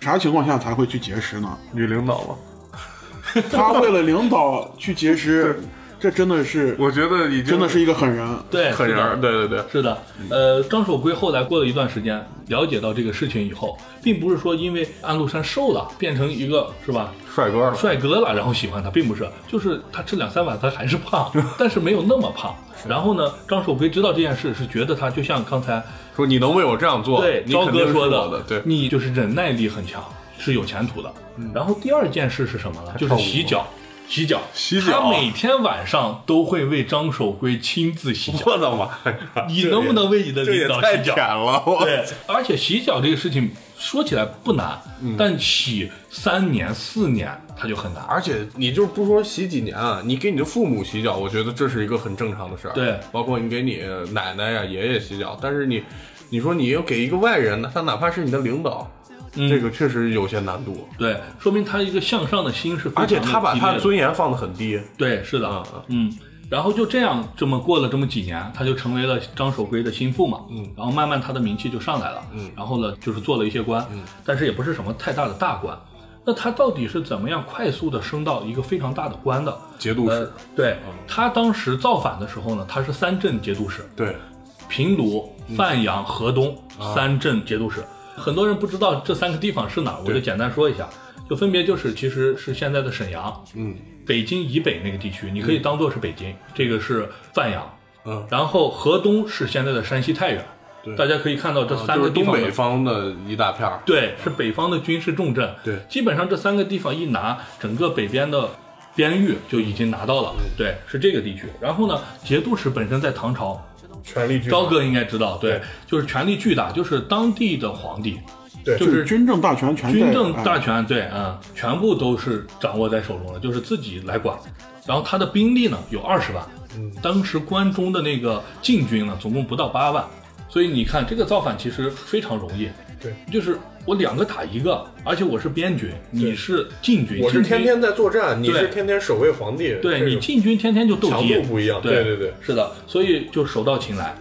啥情况下才会去节食呢？
女领导嘛，
他为了领导去 节食，这真的是
我觉得已经
真的是一个狠人。
对，
狠
是
人
的
儿，对对对，
是的，呃，张守珪后来过了一段时间，了解到这个事情以后，并不是说因为安禄山瘦了变成一个是吧
帅哥了，
帅哥了，然后喜欢他，并不是，就是他吃两三碗他还是胖，但是没有那么胖。然后呢，张守珪知道这件事，是觉得他就像刚才
说你能为我这样做，
对
哦你
朝
肯定
哥
是
说
我的，对，嗯
你就是忍耐力很强，是有前途的。然后第二件事是什么呢？就是
跳舞
洗脚。洗脚，
洗脚
他每天晚上都会为张守珪亲自洗脚。
我的 妈呀，
你能不能为你的
这也
领导
太
洗
舔
脚？
了， 我
对，而且洗脚这个事情说起来不难，但洗三年四年它就很难。
而且你就不说洗几年啊，你给你的父母洗脚，我觉得这是一个很正常的事儿。
对
包括你给你奶奶呀、爷爷洗脚，但是你，你说你要给一个外人呢，他哪怕是你的领导，
嗯
这个确实有些难度。
对，说明他一个向上的心是非常
而且
地
他把
激
他
烈
的
的
尊严放得很低，
对，是的，嗯，然后就这样，这么过了这么几年，他就成为了张守珪的心腹嘛，嗯，然后慢慢他的名气就上来了，嗯，然后呢，就是做了一些官，嗯，但是也不是什么太大的大官。那他到底是怎么样快速的升到一个非常大的官的？
节度使
呃对他当时造反的时候呢，他是三镇节度使，
对，
平卢、
嗯
范阳、河东、
啊
三镇节度使。很多人不知道这三个地方是哪儿，我就简单说一下，就分别就是其实是现在的沈阳，嗯，北京以北那个地区，你可以当做是北京，这个是范阳，
嗯，
然后河东是现在的山西太原，
对啊
大家可以看到这三
就
个
是
地
东
方的
北方的一大片儿。
对，是北方的军事重镇。
对
基本上这三个地方一拿，整个北边的边域就已经拿到了。
嗯
对，是这个地区。然后呢，节度使本身在唐朝，
权力巨
高哥应该知道，对，就是权力巨大，就是当地的皇帝，
对
就是
军政大权全在
军政大
哎
权，对，嗯，全部都是掌握在手中了，就是自己来管。然后他的兵力呢有二十万，
嗯
当时关中的那个禁军呢总共不到八万，所以你看这个造反其实非常容易，
对，
就是我两个打一个，而且我是边军，你是禁军，
我是
禁军
天天在作战，你是
对
天天守卫皇帝，
对
这个
你进军天天就斗鸡，
强度不一样
对
啊对对对，
是的，所以就手到擒来。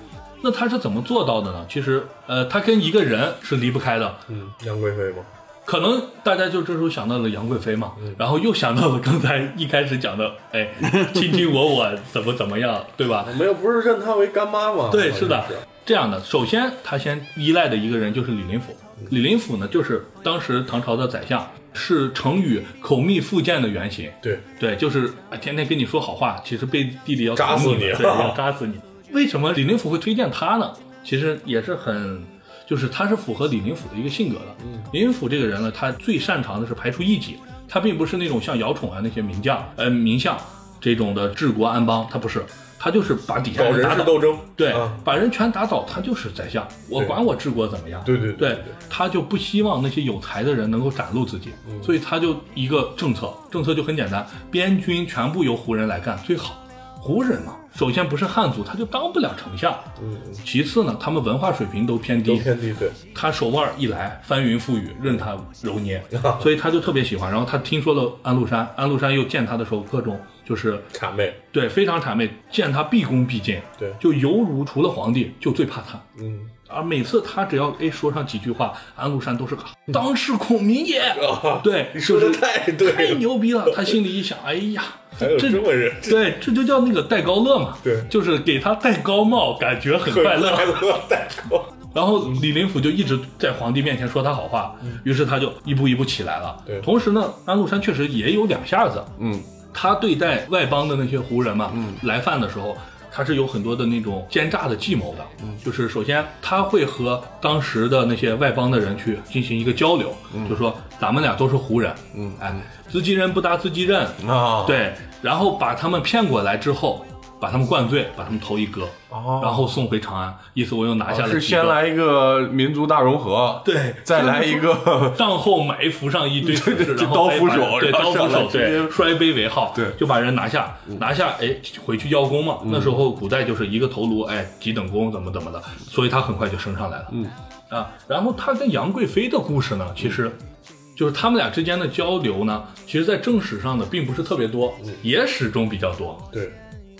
那他是怎么做到的呢？其实，呃，他跟一个人是离不开的。
嗯，杨贵妃嘛，
可能大家就这时候想到了杨贵妃嘛，然后又想到了刚才一开始讲的，哎，卿卿我我怎么怎么样，对吧？
没有，不是认她为干妈嘛？
对，
嗯好像
是的，这样的。首先，他先依赖的一个人就是李林甫。李林甫呢，就是当时唐朝的宰相，是成语“口蜜腹剑”的原型。
对，
对，就是啊天天跟你说好话，其实背地里要
扎死
捅
你
对，要扎死你。为什么李林甫会推荐他呢？其实也是很，就是他是符合李林甫的一个性格的。
嗯
李林甫这个人呢，他最擅长的是排除异己，他并不是那种像姚崇啊那些名将，呃名相这种的治国安邦，他不是，他就是把底下
搞人
打
事
倒。
斗争，
对
啊，
把人全打倒，他就是宰相，我管我治国怎么样？
对对对
对
对，
他就不希望那些有才的人能够展露自己，
嗯
所以他就一个政策，政策就很简单，边军全部由胡人来干最好。胡人嘛，首先不是汉族，他就当不了丞相。嗯，其次呢，他们文化水平都偏低，
都偏嗯地对，
他手腕一来，翻云覆雨，任他 揉捏，所以他就特别喜欢。然后他听说了安禄山，安禄山又见他的时候各种就就是
谄媚，
对非常谄媚，见他毕恭毕敬，
对
就犹如除了皇帝就最怕他。
嗯，
而每次他只要哎说上几句话，安禄山都是
嗯
当是孔明 也，啊对，
你啊说的
就是
太对
太
了，
牛逼 了。他心里一想，哎呀，
还有
这
这么人，
对，这就叫那个戴高乐嘛，
对
就是给他戴高帽，感觉很快乐。
快乐带头，
然后李林甫就一直在皇帝面前说他好话，于是他就一步一步起来了。
嗯对
同时呢，安禄山确实也有两下子，
嗯，
他对待外邦的那些胡人嘛，来犯的时候，他是有很多的那种奸诈的计谋的。
嗯
就是首先他会和当时的那些外邦的人去进行一个交流，
嗯
就说咱们俩都是胡人，嗯，哎，自己人不打自己人，
啊，
对，然后把他们骗过来之后，把他们灌醉，把他们头一割，
哦
然后送回长安，意思我又拿下了几个、
是先来一个民族大融合，，
对，
再来一个，
帐后埋伏上一堆死士，
对
然后
刀斧手
哎把对
然
刀
后
斧
上来
手，
直接
对摔杯为号，
对嗯
就把人拿下，拿下，哎，回去邀功嘛。那时候古代就是一个头颅，哎，几等功，怎么怎么的，所以他很快就升上来了。嗯啊，然后他跟杨贵妃的故事呢，其实。
嗯
就是他们俩之间的交流呢，其实，在正史上呢，并不是特别多，
嗯
野史中比较多。
对，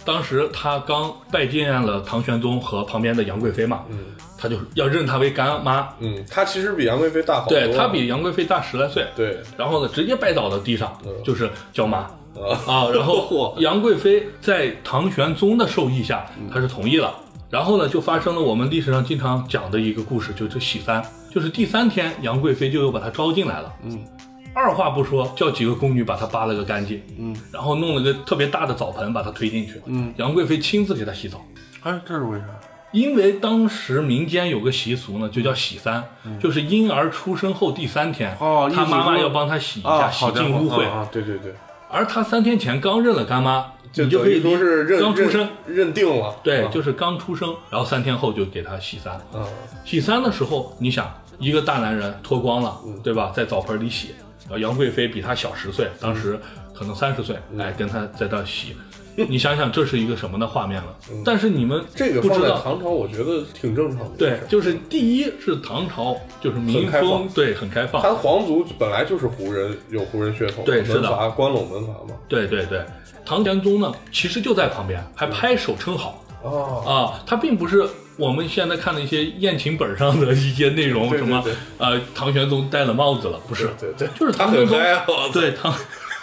当时他刚拜见了唐玄宗和旁边的杨贵妃嘛，他就要认她为干妈，
嗯，他其实比杨贵妃大好多，
对他比杨贵妃大十来岁，
对，
然后呢，直接拜倒到地上，就是叫妈
啊
啊。然 后杨贵妃在唐玄宗的授意下，她是同意了。然后呢，就发生了我们历史上经常讲的一个故事，就是喜三，就是第三天杨贵妃就又把她招进来了，嗯。二话不说，叫几个宫女把她扒了个干净，嗯，然后弄了个特别大的澡盆把她推进去，嗯，杨贵妃亲自给她洗澡，
哎，这是为啥？
因为当时民间有个习俗呢，就叫洗三，就是婴儿出生后第三天，
嗯哦
他
意思
妈妈
说
要帮他洗一下，
啊，
洗
好家
净
伙
污秽。
啊啊，对对对，
而他三天前刚认了干妈，你
就
可
等
以
于说是认
刚出生，
认认定了，
对，
啊
就是刚出生，然后三天后就给他洗三。
啊，
洗三的时候，你想一个大男人脱光了，
嗯
对吧，在澡盆里洗，然后杨贵妃比他小十岁，当时可能三十岁，
嗯
哎，跟他在那洗。你想想，这是一个什么的画面了？但是你们
嗯这个
不
放
知
在
道，
唐朝，我觉得挺正常的，
对，就是第一是唐朝，就是民
很开
风
放
对很开放，
他皇族本来就是胡人，有胡人血统，
对是的
门阀关陇门阀嘛。
对对对。唐玄宗呢，其实就在旁边，还拍手称好
哦，
啊，他并不是我们现在看的一些宴请本上的一些内容，
对对
什么
对
呃，唐玄宗戴了帽子了，不是，
对对，
就是
他
唐玄
很
宗
嗨啊！我操
对唐，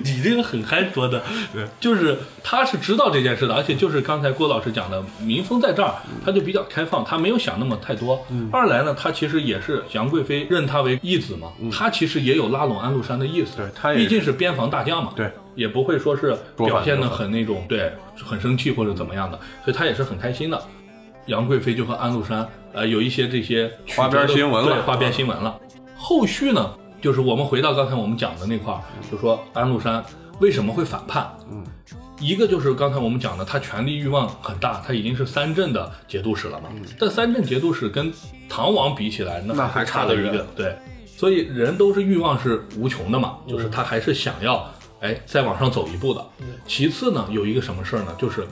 你这个很嗨说的，就是他是知道这件事的，而且就是刚才郭老师讲的，民风在这儿，他就比较开放，他没有想那么太多。
嗯
二来呢，他其实也是杨贵妃认他为义子嘛，他其实也有拉拢安禄山的意思，
嗯对他也
毕竟是边防大将嘛，
对，
也不会说是
反
表现的
说反
很那种，对，很生气或者怎么样的，所以他也是很开心的。杨贵妃就和安禄山，呃，有一些这些曲折的
花边新闻了
对，花边新闻了。后续呢，就是我们回到刚才我们讲的那块儿，就说安禄山为什么会反叛？嗯，一个就是刚才我们讲的，他权力欲望很大，他已经是三镇的节度使了嘛。但三镇节度使跟唐王比起来，嗯那
那
还
还
是差
差
得
得
远
远。
对，所以人都是欲望是无穷的嘛，就是他还是想要哎再往上走一步的。其次呢，有一个什么事儿呢，就是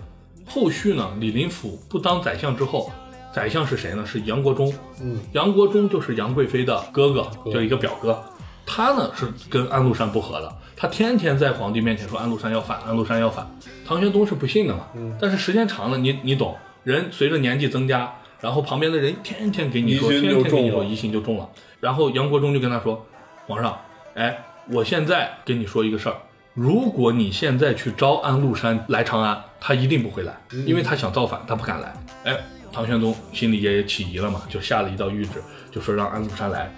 后续呢，李林甫不当宰相之后，宰相是谁呢？是杨国忠。
嗯，
杨国忠就是杨贵妃的哥哥，就一个表哥。他呢是跟安禄山不和的，他天天在皇帝面前说安禄山要反，安禄山要反。唐玄宗是不信的嘛，
嗯
但是时间长了，你你懂，人随着年纪增加，然后旁边的人天天给你说，
疑
天
心就
天给你
重
说，
了
疑心就重了。然后杨国忠就跟他说：“皇上，哎，我现在跟你说一个事儿，如果你现在去招安禄山来长安，他一定不会来，因为他想造反，他不敢来。哎，唐玄宗心里也起疑了嘛，就下了一道谕旨，就说让安禄山来。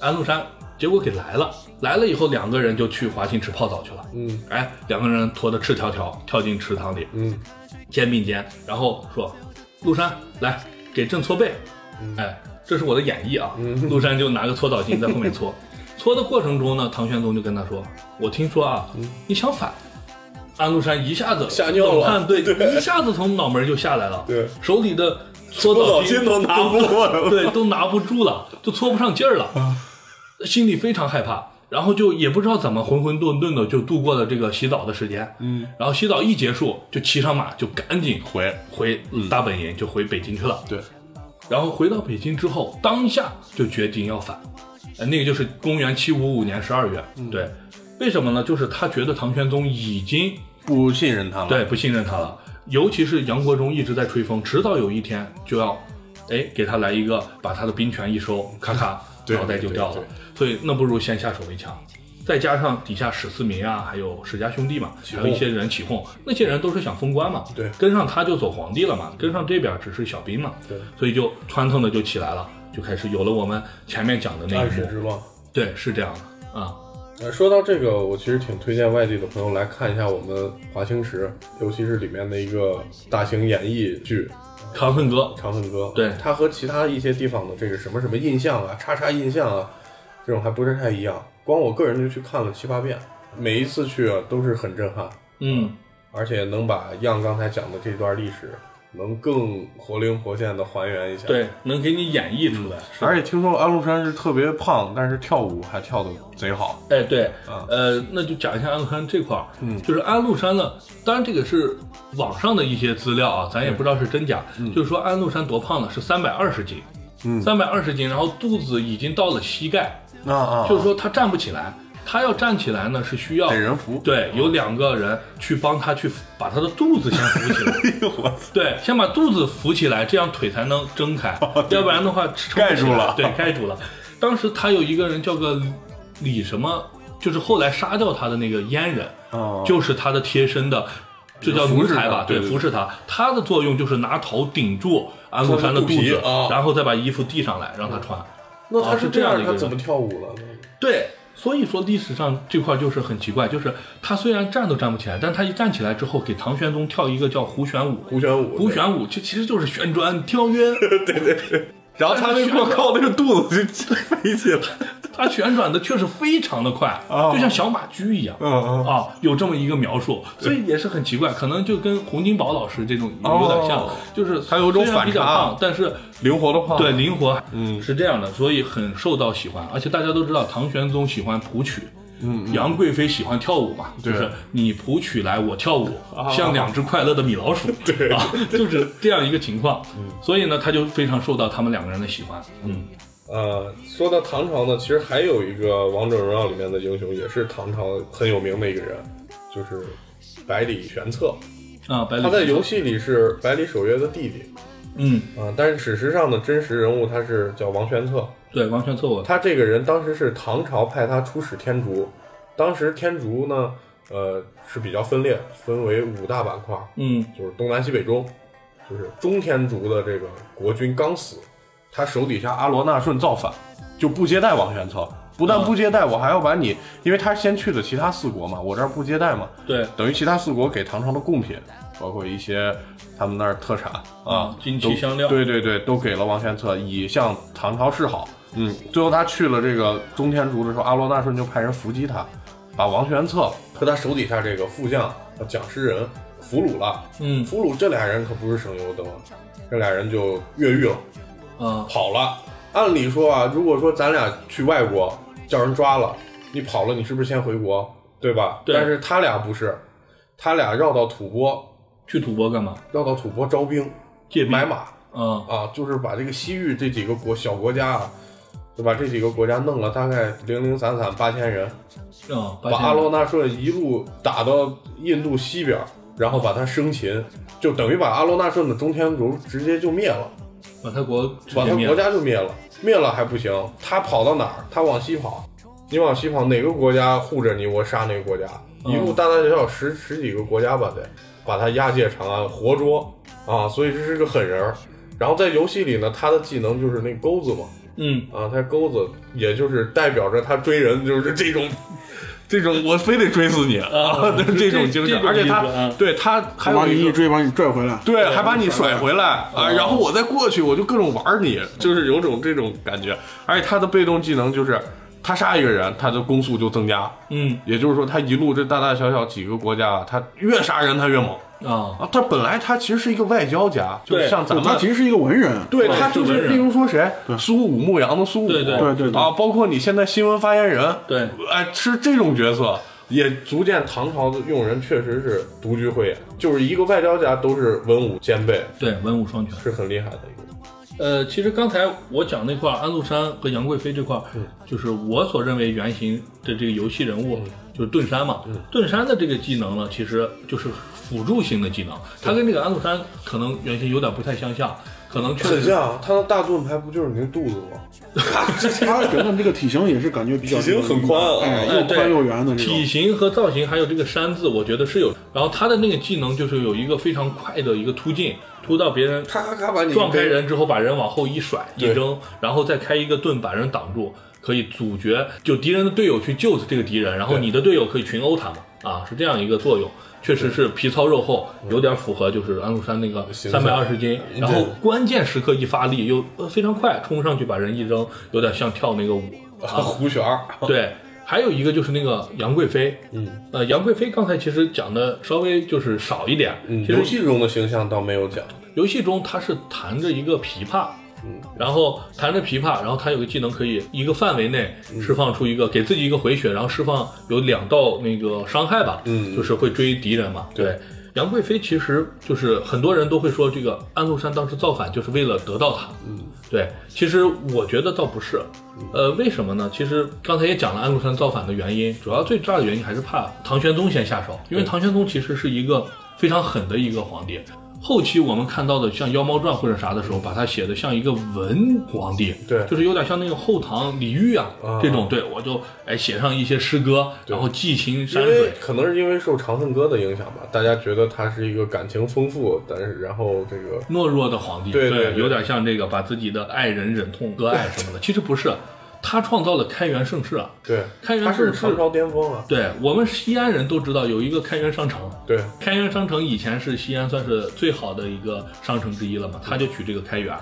安禄山结果给来了，来了以后两个人就去华清池泡澡去了。
嗯，
哎，两个人脱得赤条条，跳进池塘里，
嗯，
肩并肩，然后说：“陆山，来给朕搓背。”
嗯
哎，这是我的演绎啊。陆山就拿个搓澡巾在后面 搓，搓的过程中呢，唐玄宗就跟他说：“我听说啊，你想反。”安禄山一下子
嗯吓尿了
冷汗对，一下子从脑门就下来了，
对
手里的搓
搓
澡
澡巾都拿不过 了
对，都拿不住了，就搓不上劲儿了。心里非常害怕，然后就也不知道怎么浑浑沌沌的就度过了这个洗澡的时间。嗯，然后洗澡一结束，就骑上马就赶紧
回
回大本营，就回北京去了。
对，
然后回到北京之后，当下就决定要反，呃，那个就是公元七五五年十二月。对，为什么呢？就是他觉得唐玄宗已经
不信任他了。
对，不信任他了。尤其是杨国忠一直在吹风，迟早有一天就要，哎，给他来一个把他的兵权一收，咔 咔，
对
脑袋就掉了
对对。
所以那不如先下手为强。再加上底下史思明啊，还有史家兄弟嘛，还有一些人起哄，那些人都是想封官嘛，
对
跟上他就走皇帝了嘛，跟上这边只是小兵嘛，
对，
所以就窜腾的就起来了，就开始有了我们前面讲的那
安
一
史
幕，
之乱。
对，是这样的啊，
呃，说到这个，我其实挺推荐外地的朋友来看一下我们华清池，尤其是里面的一个大型演绎剧
《长恨歌
《长恨歌》。
对
它和其他一些地方的这个什么什么印象啊、叉叉印象啊，这种还不是太一样。光我个人就去看了七八遍，每一次去啊都是很震撼，》，
嗯，
而且能把样刚才讲的这段历史，能更活灵活现的还原一下。。
对，能给你演绎出来，是吧
而且听说安禄山是特别胖，但是跳舞还跳的贼好。
哎，对，
啊
呃，那就讲一下安禄山这块儿，
嗯
就是安禄山呢，当然这个是网上的一些资料啊，咱也不知道是真假，就是说安禄山多胖呢，是三百二十斤，
嗯
三百二十斤，然后肚子已经到了膝盖，
啊啊
就是说他站不起来，他要站起来呢是需要
得人扶。
对，有两个人去帮他去把他的肚子先扶 起
哎
来，对，先把肚子扶起来，这样腿才能睁开，要不然的话撑不
哦盖住
起来
了
对，盖住了。当时他有一个人叫个李什么，就是后来杀掉他的那个阉人，
哦
就是他的贴身的。这叫
扶
奴
持
才
他
吧？
对对对
服侍他。他的作用就是拿头顶住安禄山的肚
穿着
子
肚皮啊，
然后再把衣服递上来让他穿。
那他
啊
是
是这
这样
样的
的，
一
他
个
怎么跳舞了呢？
对，所以说历史上这块就是很奇怪，就是他虽然站都站不起来，但他一站起来之后，给唐玄宗跳一个叫胡旋舞。
胡旋舞，
胡旋舞，这其实就是旋转跳 跃，
然后他那个靠那个肚子就飞起来，
它旋转的确实非常的快，
哦
就像小马驹一样。
嗯嗯，
啊，有这么一个描述，所以也是很奇怪，可能就跟洪金宝老师这种有点像，
哦
就是
他有种
虽然比较
反差
胖，但是
灵活的胖，
对，灵活，嗯，是这样的，所以很受到喜欢。而且大家都知道，唐玄宗喜欢谱曲，嗯，杨贵妃喜欢跳舞嘛，就
对啊
是你谱曲来，我跳舞，像两只快乐的米老鼠，对啊，就是这样一个情况。
嗯
所以呢，他就非常受到他们两个人的喜欢。嗯，
呃，说到唐朝呢，其实还有一个《王者荣耀》里面的英雄，也是唐朝很有名的一个人，就是百里玄策。
啊，百里
他在
雄
游戏里是百里守约的弟弟
嗯，
啊、但是史实上的真实人物他是叫王玄策。
对，完全错误。
他这个人当时是唐朝派他出使天竺，当时天竺呢，呃，是比较分裂，分为五大板块，
嗯
就是东南西北中，就是中天竺的这个国君刚死，他手底下阿罗那顺造反，就不接待王玄策，不但不接待，我还要把你，因为他先去的其他四国嘛，我这儿不接待嘛，
对，
等于其他四国给唐朝的贡品，包括一些他们那儿特产啊
嗯，金
都
漆香料
对对对，都给了王玄策，以向唐朝示好。嗯，最后他去了这个中天竺的时候，阿罗那顺就派人伏击他，把王玄策和他手底下这个副将呃蒋诗人俘虏了。
嗯
俘虏这俩人可不是省油的灯，这俩人就越狱了，
啊，
跑了。按理说啊，如果说咱俩去外国叫人抓了，你跑了，你是不是先回国，对吧？
对
但是他俩不是，他俩绕到吐蕃，
去吐蕃干嘛？
绕到吐蕃招兵、
借兵
买马
啊，
啊，就是把这个西域这几个国小国家啊，就把这几个国家弄了大概零零散散八千人，
啊，
把阿罗那顺一路打到印度西边，然后把他生擒，就等于把阿罗那顺的中天竺直接就灭了。
把他国直
把
接
他
灭
国
了。
家就灭了，灭了还不行，他跑到哪儿？他往西跑，你往西跑，哪个国家护着你，我杀哪个国家，
嗯
一路大大小小十十几个国家吧得，把他押解长安，活捉啊！所以这是个狠人儿。然后在游戏里呢，他的技能就是那钩子嘛，
嗯，
啊，他钩子也就是代表着他追人，就是这种， 这种我非得追死你 啊，这种精神
嗯这，种
而且他
意思啊
对他还
他哎把
有
你
一
一
个
追，把你拽回来。
对，还把你甩回来啊，然后我再过去，我就各种玩你，就是有种这种感觉。而且他的被动技能就是，他杀一个人，他的攻速就增加，
嗯
也就是说，他一路这大大小小几个国家，他越杀人他越猛
啊，
啊。他本来他其实是一个外交家，就
对
像咱
对
们
他其实是一个文人，
对
对
他就是是，
文人
例如说谁，苏武牧羊的苏武，
对对
对对对
啊，包括你现在新闻发言人，
对
哎，是这种角色，也足见唐朝的用人确实是独具慧眼，就是一个外交家都是文武兼备，
对，文武双全。
是很厉害的一个。
呃，其实刚才我讲那块儿安禄山和杨贵妃这块儿，就是我所认为原型的这个游戏人物，就是盾山嘛。盾山的这个技能呢，其实就是辅助型的技能，它跟这个安禄山可能原型有点不太相像，可能确
很
实
啊
像他的大盾牌不就是您肚子吗？
他整个这个体型也是感觉比较
体型很宽啊
哎，
哎
又宽
对
又圆的这
体
种。
型和造型，还有这个山字，我觉得是有。然后他的那个技能就是有一个非常快的一个突进，突到别人
咔咔咔把你
撞开
背
人之后，把人往后一甩一
对
扔，然后再开一个盾把人挡住，可以阻绝就敌人的队友去救这个敌人，然后
对
你的队友可以群殴他们啊，是这样一个作用。确实是皮糙肉厚，有点符合就是安禄山那个
形
三
象
百二十斤，然后关键时刻一发力又呃非常快，冲上去把人一扔，有点像跳那个舞
啊，
啊。
胡旋儿，
对，还有一个就是那个杨贵妃，
嗯，
呃，杨贵妃刚才其实讲的稍微就是少一点，其实
嗯游戏中的形象倒没有讲，
游戏中他是弹着一个琵琶，
嗯
然后弹着琵琶，然后他有个技能可以一个范围内释放出一个，给自己一个回血，然后释放有两道那个伤害吧，
嗯
就是会追敌人嘛，
对
对。杨贵妃其实就是很多人都会说，这个安禄山当时造反就是为了得到她。嗯，对，其实我觉得倒不是，
嗯
呃，为什么呢？其实刚才也讲了安禄山造反的原因，主要最大的原因还是怕唐玄宗先下手，因为唐玄宗其实是一个非常狠的一个皇帝。后期我们看到的像《妖猫传》或者啥的时候，把他写的像一个文皇帝，
对
就是有点像那个后唐李煜啊这种，对我就哎写上一些诗歌，然后寄情山
因为
水，
可能是因为受《长恨歌》的影响吧，大家觉得他是一个感情丰富，但是然后这个
懦弱的皇帝，
对对对
有点像这个把自己的爱人忍痛割爱什么的，其实不是，他创造了开元盛世啊，
对，
开元
他是
盛世
唐朝巅峰啊，
对我们西安人都知道有一个开元商城，
对，
开元商城以前是西安算是最好的一个商城之一了嘛，他就取这个开元。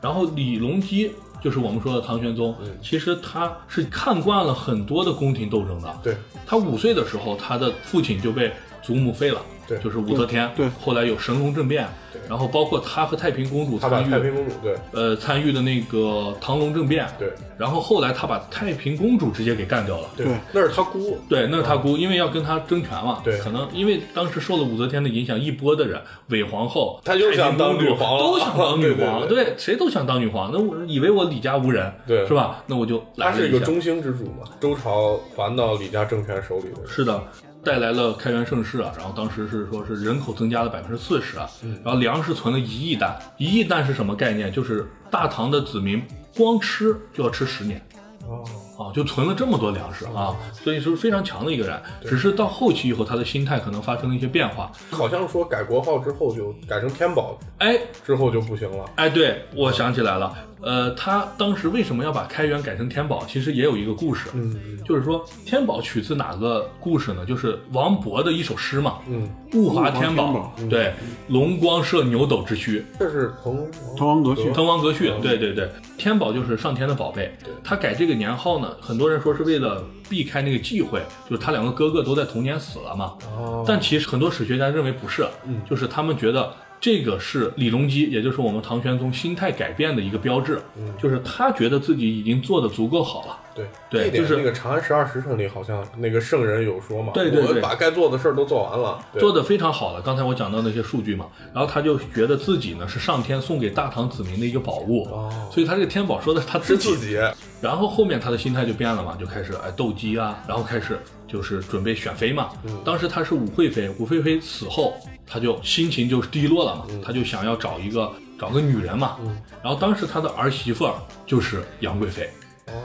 然后李隆基就是我们说的唐玄宗，
嗯
其实他是看惯了很多的宫廷斗争的。
对，
他五岁的时候，他的父亲就被祖母废了，
对
就是武则天。
对
后来有神龙政变，
对
然后包括他和太平公主
他把
参
太
与，
平公主对
呃，参与的那个唐龙政变。
对
然后后来他把太平公主直接给干掉了。
对
对，
那是他姑，
对，那是他姑，因为要跟他争权嘛。
嗯对
可能因为当时受了武则天的影响，一波的人，伪皇后，
她就想当
太平公主
女皇了
都想当女皇，
对
谁都想当女皇。那我以为我李家无人，
对
是吧？那我就来
他
了
是一个
下
中兴之主嘛，周朝还到李家政权手里的人，
是的，带来了开元盛世啊，然后当时是说是人口增加了百分之四十啊，
嗯
然后粮食存了一亿担，一亿担是什么概念？就是大唐的子民光吃就要吃十年。
哦
啊，就存了这么多粮食啊，所以是非常强的一个人。只是到后期以后，他的心态可能发生了一些变化。
好像说改国号之后就改成天宝
哎，
之后就不行了，
哎，对，我想起来了，呃，他当时为什么要把开元改成天宝？其实也有一个故事，
嗯
就是说天宝取自哪个故事呢？就是王勃的一首诗嘛，
嗯，
物华
天
宝，
宝
对，龙光射牛斗之墟，
这是彭
滕王阁序
滕王阁序，对对对，天宝就是上天的宝贝。他改这个年号呢，很多人说是为了避开那个忌讳，就是他两个哥哥都在同年死了嘛。
哦
但其实很多史学家认为不是，啊
嗯
就是他们觉得这个是李隆基，也就是我们唐玄宗心态改变的一个标志，
嗯
就是他觉得自己已经做的足够好了。
对
对
这一点
就是
那个《长安十二时辰》里好像那个圣人有说嘛，
对对对
我们把该做的事儿都做完了，对
做的非常好了。刚才我讲到那些数据嘛，然后他就觉得自己呢是上天送给大唐子民的一个宝物，
哦
所以他这个天宝说的是他自
是
己
自己，
然后后面他的心态就变了嘛，就开始哎斗鸡啊，然后开始就是准备选妃嘛。
嗯
当时他是武惠妃，武惠妃死后，他就心情就低落了嘛，
嗯
他就想要找一个找个女人嘛。然后当时他的儿媳妇儿就是杨贵妃，
哦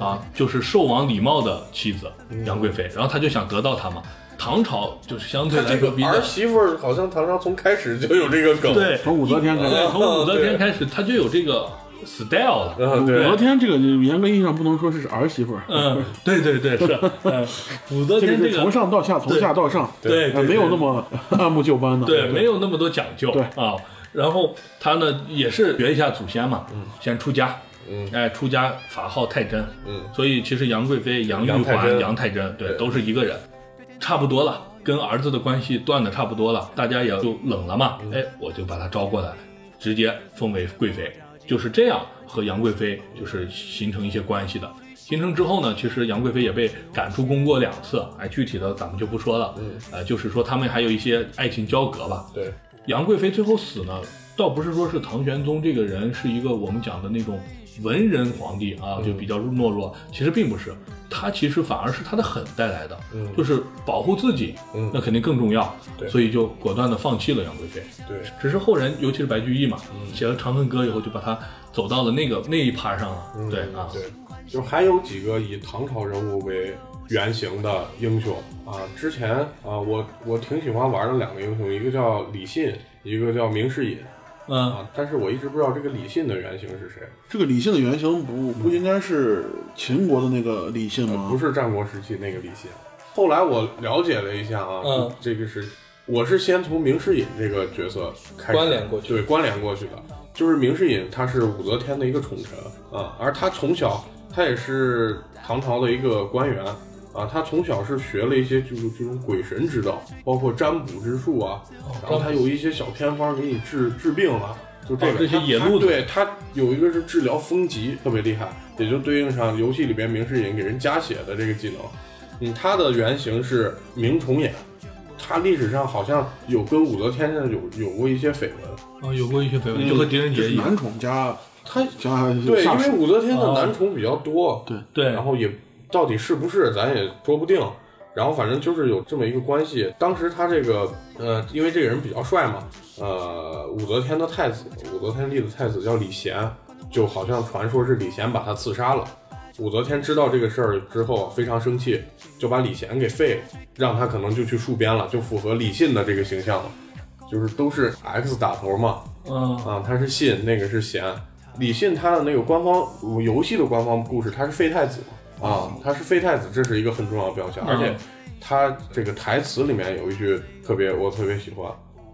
啊，就是寿王李瑁的妻子
嗯
杨贵妃。然后他就想得到她嘛。唐朝就是相对
他
来
这
说
个
比较
儿媳妇儿好像唐朝从开始就有这个梗，，
对
从武则天开始。
哦
对，从武则天开始，他就有这个 style 了。
嗯
武则
对，
天这个严格意义上不能说是儿媳妇儿，
嗯，对对对，是，嗯，武则
这
天
个
这
是
个
从上到下，从下到上，
对对，
呃没有
对
那么按部就班的。
对，没有那么多讲究
对
啊。然后他呢也是学一下祖先嘛，先出家，
嗯
哎，出家法号太真，
嗯
所以其实杨贵妃、杨玉
杨太
环、
真
杨太真，对，
对
都是一个人，差不多了，跟儿子的关系断的差不多了，大家也就冷了
嗯
嘛，哎，我就把她招过来，直接封为贵妃，就是这样和杨贵妃就是形成一些关系的。形成之后呢，其实杨贵妃也被赶出宫过两次，哎，具体的咱们就不说了，
嗯，
呃，就是说他们还有一些爱情交隔吧，
对，
杨贵妃最后死呢，倒不是说是唐玄宗这个人是一个我们讲的那种文人皇帝啊，就比较懦弱，其实并不是，他其实反而是他的狠带来的，就是保护自己，那肯定更重要，
对
所以就果断的放弃了杨贵妃。
对，
只是后人，尤其是白居易嘛，写了《长恨歌》以后，就把他走到了那个那一趴上了，对啊，
嗯对，就还有几个以唐朝人物为原型的英雄啊。之前啊，我我挺喜欢玩的两个英雄，一个叫李信，一个叫明世隐
嗯，
啊。但是我一直不知道这个李信的原型是谁，
这个李信的原型不不应该是秦国的那个李信
啊
吗？
不，是战国时期那个李信。后来我了解了一下啊，
嗯
这个是我是先从明世隐这个角色开始
关联过去
对，关联过去的，就是明世隐他是武则天的一个宠臣啊，而他从小他也是唐朝的一个官员啊，他从小是学了一些就是这种鬼神之道，包括占卜之术啊，然后他有一些小偏方给你治治病啊。就这
哦
个，
这些
他
野
他
路子
对他有一个是治疗风疾，特别厉害，也就对应上游戏里边明世隐给人加血的这个技能。嗯，他的原型是明重眼，他历史上好像有跟武则天上有有过一些绯闻。
啊，有过一些绯闻，就和狄仁杰一样，
男宠加
他
加
对，因
下
为
属，
武则天的男宠比较多，
对
啊对，
然后也到底是不是咱也说不定。然后反正就是有这么一个关系。当时他这个呃，因为这个人比较帅嘛，呃，武则天的太子，武则天立的太子叫李贤，就好像传说是李贤把他刺杀了。武则天知道这个事儿之后非常生气，就把李贤给废了，让他可能就去戍边了，就符合李信的这个形象了，就是都是 X 打头嘛，
嗯，
啊，他是信，那个是贤。李信他的那个官方游戏的官方故事，他是废太子嘛
哦
啊，他是废太子，这是一个很重要的标签。
嗯
而且他这个台词里面有一句特别我特别喜欢：“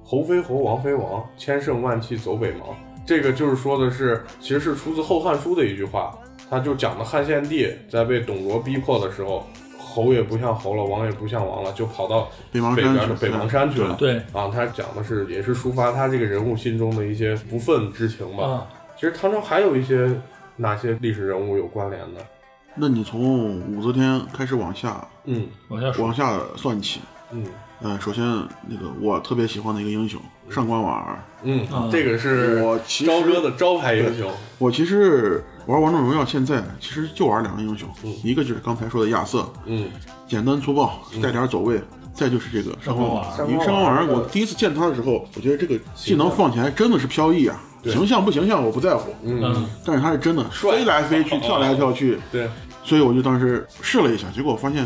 侯非侯，王非王，千乘万骑走北邙。”这个就是说的是，其实是出自《后汉书》的一句话，他就讲的汉献帝在被董卓逼迫的时候，侯也不像侯了，王也不像王了，就跑到
北邙
北
山
边
去
的北
对
邙山去了。
对，
啊，他讲的是也是抒发他这个人物心中的一些不忿之情吧。
啊，
其实唐朝还有一些哪些历史人物有关联的？
那你从武则天开始往下
嗯
往下说，
往下算起，
嗯
嗯，首先那个我特别喜欢的一个英雄上官婉儿，
嗯，
啊
这个是
我其实
朝歌的招牌英雄。
我其实玩王者荣耀现在其实就玩两个英雄，一个就是刚才说的亚瑟，
嗯，
简单粗暴，带点走位。再就是这个上官婉
上
儿，
官
因为上官婉
婉儿
儿，我
的
第一次见他的时候，我觉得这个技能放起来真的是飘逸啊，
对
形象不形象我不在乎，
嗯，
但是他是真的
帅哦
飞来飞去，跳来跳去，
对，
所以我就当时试了一下，结果发现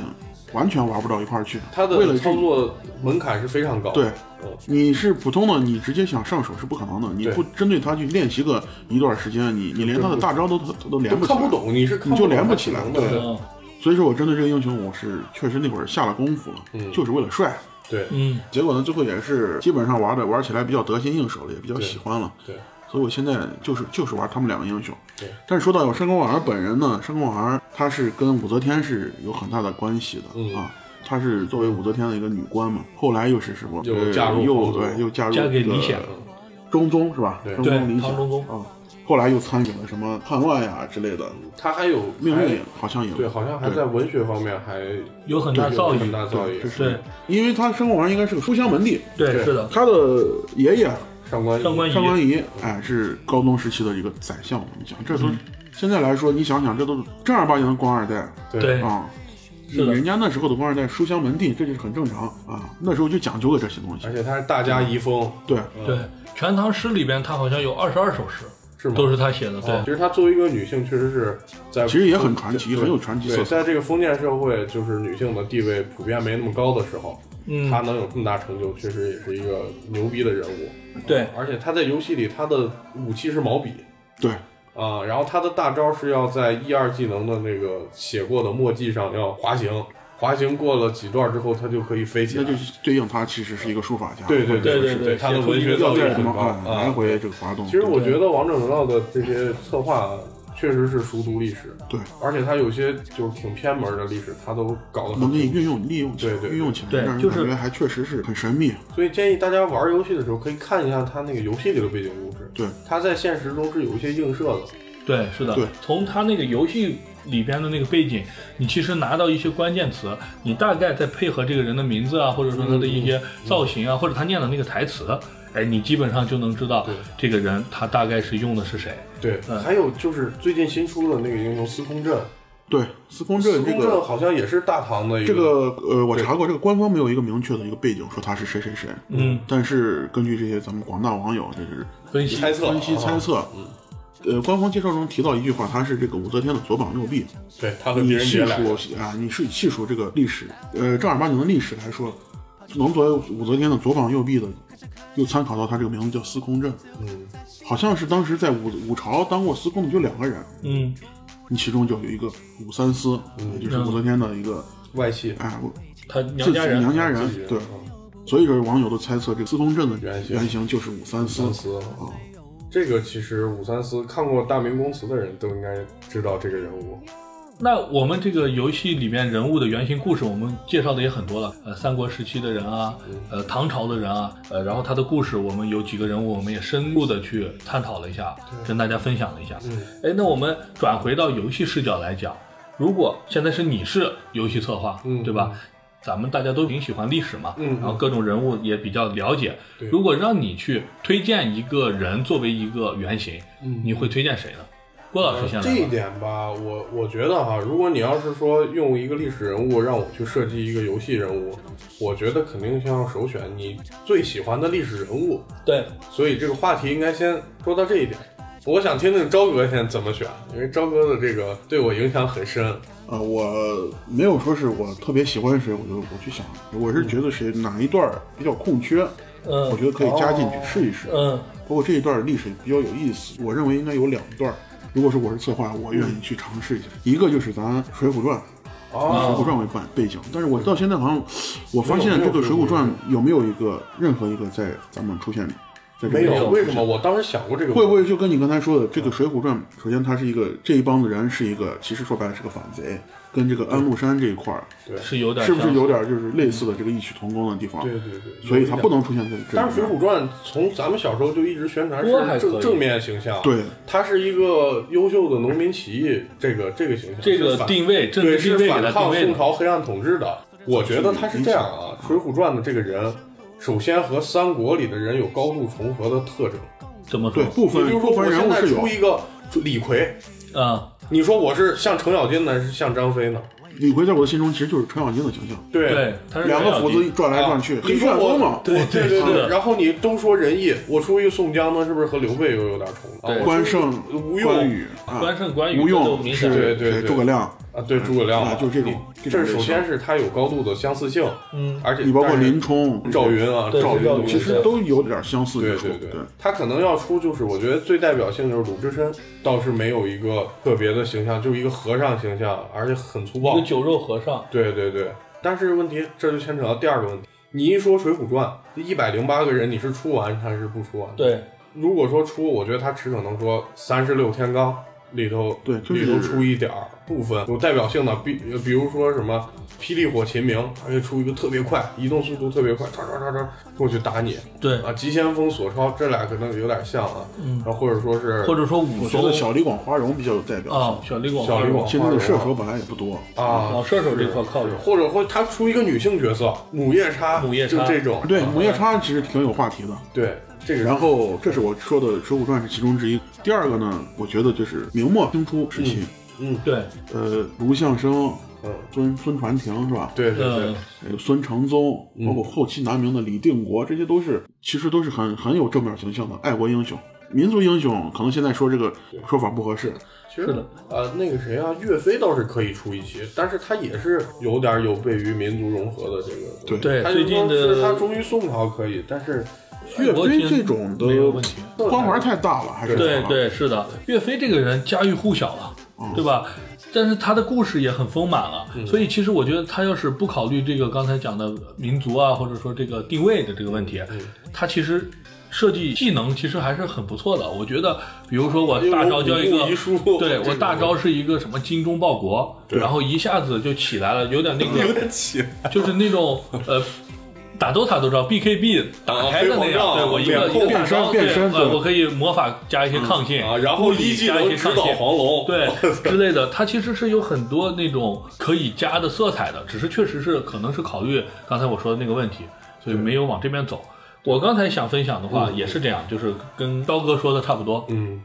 完全玩不到一块儿去。
他
为了
的
这
操作门槛是非常高。
对，
嗯
你是普通的，你直接想上手是不可能的。你
对
不针对他去练习个一段时间，你你连他的大招都都都连
都
不起
看
来
不。懂，你是看
你就
不懂
连不
他
起来
能
对
的。
嗯
所以说我针对这个英雄，我是确实那会儿下了功夫了，
嗯
就是为了帅。
对
嗯，
结果呢，最后也是基本上玩的玩起来比较得心应手了，也比较喜欢了。
对，
所以我现在就是就是玩他们两个英雄。
对，
但是说到上官婉儿本人呢，上官婉儿她是跟武则天是有很大的关系的、
嗯
啊。她是作为武则天的一个女官嘛，后来又是什么？
又
呃
嫁入
又
皇族
对，又加入
嫁给
这个
李显
中宗是吧？
对
中
对
宗李显
唐中宗
啊，后来又参与了什么叛乱呀之类的，
他还有
命
还
运好像也
哎对，好像还在文学方面还
有很大
有
造
很
诣，
大造诣
对
这。是因为他上官婉儿应该是个书香门第，
对，是的，
他的爷爷
上官仪
上官仪
上官仪，哎，是高宗时期的一个宰相。你想，这都、
嗯
现在来说，你想想，这都是正儿八经的官二代
对，
啊。
是的
人家那时候的官二代书香门第，这就是很正常啊。那时候就讲究个这些东西
哎
而。且他是大家遗风，
对，
对，《全唐诗》里边他好像有二十二首诗，
是吗？
都是他写的，
啊其
对，
实她作为一个女性，确实是在
其实也很传奇，
对
很有传奇
对，
色彩。
在这个封建社会，就是女性的地位普遍没那么高的时候，她
嗯，
能有这么大成就，确实也是一个牛逼的人物。
对，
而且她在游戏里，她的武器是毛笔
对，
啊、然后她的大招是要在一二技能的那个写过的墨迹上要滑行，滑行过了几段之后，她就可以飞起
那
来。
就是对应他其实是一个书法家。
对对
对对
是
对
对，她的文学
写出
造
要
一个
诣
在什
很
么
高
哎来
啊。
回这个滑动。
其实我觉得《王者荣耀》的这些策划确实是熟读历史，
对，
而且它有些就是挺偏门的历史，它都搞得
能
很
给你运用、利用起来
对，对
运用起来，
对
让人
就是
感觉还确实是很神秘。啊
所以建议大家玩游戏的时候可以看一下它那个游戏里的背景故事，
对，
它在现实中是有一些映射的。
对，是的，
对
从他那个游戏里边的那个背景，你其实拿到一些关键词，你大概再配合这个人的名字啊，或者说他的一些造型啊，或者他念的那个台词，哎，你基本上就能知道这个人他大概是用的是谁。
对，
嗯
还有就是最近新出的那个英雄司空震，
对，司空
司
震这
空
个
震好像也是大唐的一
这
个
个呃，我查过，这个官方没有一个明确的一个背景说他是谁谁谁。
嗯，
但是根据这些咱们广大网友这是
分析
猜测啊，
分析猜测，呃，官方介绍中提到一句话，他是这个武则天的左膀右臂。
对他和狄
你
仁杰
细
来的，
数啊，你是细数这个历史，呃，正儿八经的历史来说，能作为武则天的左膀右臂的，又参考到他这个名字叫司空震，
嗯，
好像是当时在武武朝当过司空的就两个人，
嗯，
你其中就有一个武三思，
嗯
也就是武则天的一个
外戚
哎，我
他娘
自己
家人
娘家
自己
人
人
对。
嗯
所以说，网友都猜测这个司空震的
原型
原型就是武三思
三思
啊。
嗯这个其实武三思看过《大明宫词》的人都应该知道这个人物，
那我们这个游戏里面人物的原型故事，我们介绍的也很多了，呃，三国时期的人啊，呃，唐朝的人啊，呃，然后他的故事，我们有几个人物，我们也深入的去探讨了一下，跟大家分享了一下。
嗯，
哎，那我们转回到游戏视角来讲，如果现在是你是游戏策划，
嗯
对吧？咱们大家都挺喜欢历史嘛，
嗯嗯
然后各种人物也比较了解。
对
如果让你去推荐一个人作为一个原型，
嗯呃
你会推荐谁呢？郭老师先来
这一
吧。
点吧，我我觉得哈，如果你要是说用一个历史人物让我去设计一个游戏人物，我觉得肯定先要首选你最喜欢的历史人物。
对，
所以这个话题应该先说到这一点。我想听听朝哥现在怎么选，因为朝哥的这个对我影响很深。
呃，我没有说是我特别喜欢谁，我就我去想，我是觉得谁哪一段比较空缺，我
嗯
觉得可以加进去试一试。
嗯，
包括这一段历史比较有意思，我认为应该有两段。如果说我是策划，我愿意去尝试一下。一个就是咱《水浒传》，以《
哦
水浒传》为背背景，但是我到现在好像，我发现这个《水浒传》有没有一个任何一个在咱们出现，在这个
没
地
有，
方
为什么？我当时想过这个问题，
会不会就跟你刚才说的，这个《水浒传》，首先它是一个这一帮子人是一个，其实说白了是个反贼，跟这个安禄山这一块儿，
是有点
是不是
像
有点就是类似的这个异曲同工的地方？
对对对，
所以它不
能。
能出现在这
但
里
是《水浒
面。
传》从咱们小时候就一直宣传
多还
是
可
正
以
正面形象，
对，
它是一个优秀的农民起义，这个这个形象，
这
是
个
反
定位，政
对，
治定
是
位给
反
他定
抗
位
宋
的。
朝黑暗统治的。
嗯
我觉得他是这样啊，《水浒传》的这个人，首先和三国里的人有高度重合的特征。
怎么说
对，？部分
你比如说，
部
我
分人
现
物
在
是
出
有
一个李逵，
嗯，
你说我是像程咬金呢，还是像张飞呢？
李逵，在我的心中其实就是程咬金的形象，
对
对，他是
两个斧子转来转去，
啊
黑
你说
旋
我
风嘛，
对对
对是的
对。然后你都说仁义，我出一宋江呢，是不是和刘备又有点重啊
对
了？
关胜、
吴用
关羽啊，
关胜、关羽
吴
这都
用
明
是
显。
对对对
诸葛亮，
啊，对诸葛亮
啊，就是这种，
这
种
首
形象
先是他有高度的相似性，
嗯，
而且
你包括
但是
林冲、
赵云啊，
对
赵云
赵云
都
其
是
实都有点相似
对
之处。
对对，他可能要出就是我觉得最代表性就是鲁智深，倒是没有一个特别的形象，就是一个和尚形象，而且很粗
一
暴
个。酒肉和尚。
对对对，但是问题这就牵扯到第二个问题，你一说《水浒传》，一百零八个人你是出完还是不出完？，
对，
如果说出，我觉得他只可能说三十六天罡里头，
对就是
里头出一点儿部分有代表性的，比呃比如说什么霹雳火秦明，而且出一个特别快，移动速度特别快，唰唰唰唰过去打你。
对，
啊，急先锋、索超这俩可能有点像啊，
嗯
然后或者说是
或者说武
我觉
松
得小李广花荣比较有代表
啊
性，，
小李广，
小李广
其实那个射手本来也不多。
啊
老，射手这块靠着。
或者或他出一个女性角色，母夜叉，
母夜叉
就这种，
对，母夜叉其实挺有话题的。
对，这个
然后，这是我说的《水浒传》是其中之一。第二个呢，我觉得就是明末清初时期，
对，
呃，卢象升、
嗯，
孙孙传庭是吧？
对对对
嗯，，
还有孙承宗，包括后期南明的李定国，这些都是其实都是很很有正面形象的爱国英雄、民族英雄。可能现在说这个说法不合适，
其
是
实
的
呃，那个谁啊，岳飞倒是可以出一期，但是他也是有点有悖于民族融合的这个，
对
对
他
最近的
他忠于宋朝可以，但 是
岳
哎我
飞
觉得
这种的
没有问题。
光环太大了，还是
对
怎么了
对，是的，岳飞这个人家喻户晓了，对吧？但是他的故事也很丰满了，所以其实我觉得他要是不考虑这个刚才讲的民族啊，或者说这个定位的这个问题，他其实设计技能其实还是很不错的。我觉得，比如说我大招教一
因为我
个
武艺疏，
对我大招是一个什么精忠报国，然后一下子就起来了，有点那个
起
就是那种呃。打 DOTA 都知道 BKB 打开的那样，
啊
对我一个
脸
一个
控
大招，
变
对
身变身
呃
对
我可以魔法加一些抗性
啊，然后一技
加一
能
些
指
抗
导
性，
黄龙，
对之类的，它其实是有很多那种可以加的色彩的，只是确实是可能是考虑刚才我说的那个问题，所以没有往这边走。我刚才想分享的话也是这样，就是跟刀哥说的差不多，
嗯，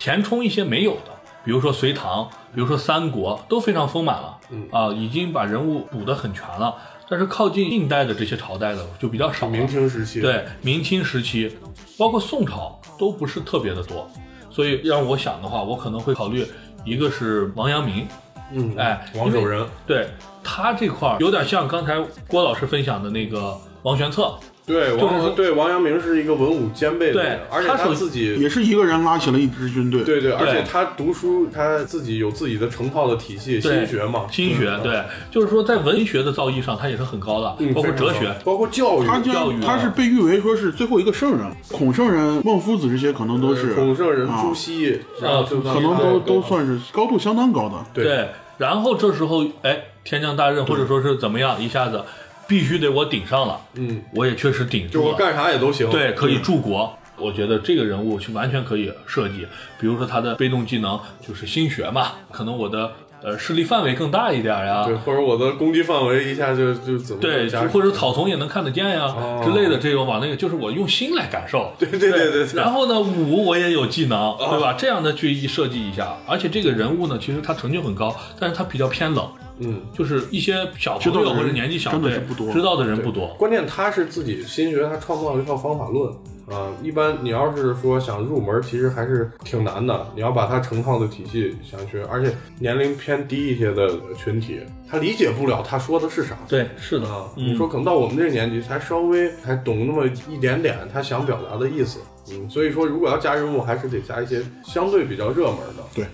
填充一些没有的，比如说隋唐，比如说三国，都非常丰满了，
嗯
啊，已经把人物补得很全了。但是靠近近代的这些朝代的就比较少了，
明清时期，，
对，明清时期，包括宋朝都不是特别的多，所以让我想的话，我可能会考虑一个是王阳明，
嗯，
哎
王守仁，
对他这块儿有点像刚才郭老师分享的那个王玄策，
对
就是说
王对王阳明是一个文武兼备的人
对，
而且
他
他
首
自己
也是一个人拉起了一支军队。
对对，而
对
且他读书，他自己有自己的成套的体系，
对
心学嘛，
心学，对，就是说在文学的造诣上他也是很高的，
嗯
包括
非常
哲
高
学，
包括教育，
他
教育啊
就他是被誉为说是最后一个圣人，孔圣人、孟夫子这些可能都
呃
是，
孔呃圣人、
啊
朱熹，然后就
可
可能都
对
都算是高度相当高的。
对
对，然后这时候哎，天降大任或者说是怎么样，一下子必须得我顶上了，
嗯，
我也确实顶
就
住
我
了，
干啥嗯也都行，
对，可以助国。我觉得这个人物去完全可以设计，比如说他的被动技能就是心学嘛，可能我的呃势力范围更大一点呀，
对，或者我的攻击范围一下就就怎么
对，
加
或者草丛也能看得见呀、
哦
之类的这种往那个就是我用心来感受，对
对对对哦对对
然后呢，武我也有技能，对吧？这样的去一设计一下，而且这个人物呢，其实他成就很高，但是他比较偏冷，
嗯。
就是一些小朋
知道
友
的人
或者年纪小
真的
对
是不多
知道的人不多。
关键他是自己心学，他创造了一套方法论啊、一般你要是说想入门，其实还是挺难的。你要把他成套的体系想学，而且年龄偏低一些的群体，他理解不了他说的是啥。
对，是的，
啊，
嗯
你说可能到我们这个年纪才稍微还懂那么一点点他想表达的意思，嗯，所以说如果要加人物，还是得加一些相对比较热门的，
对，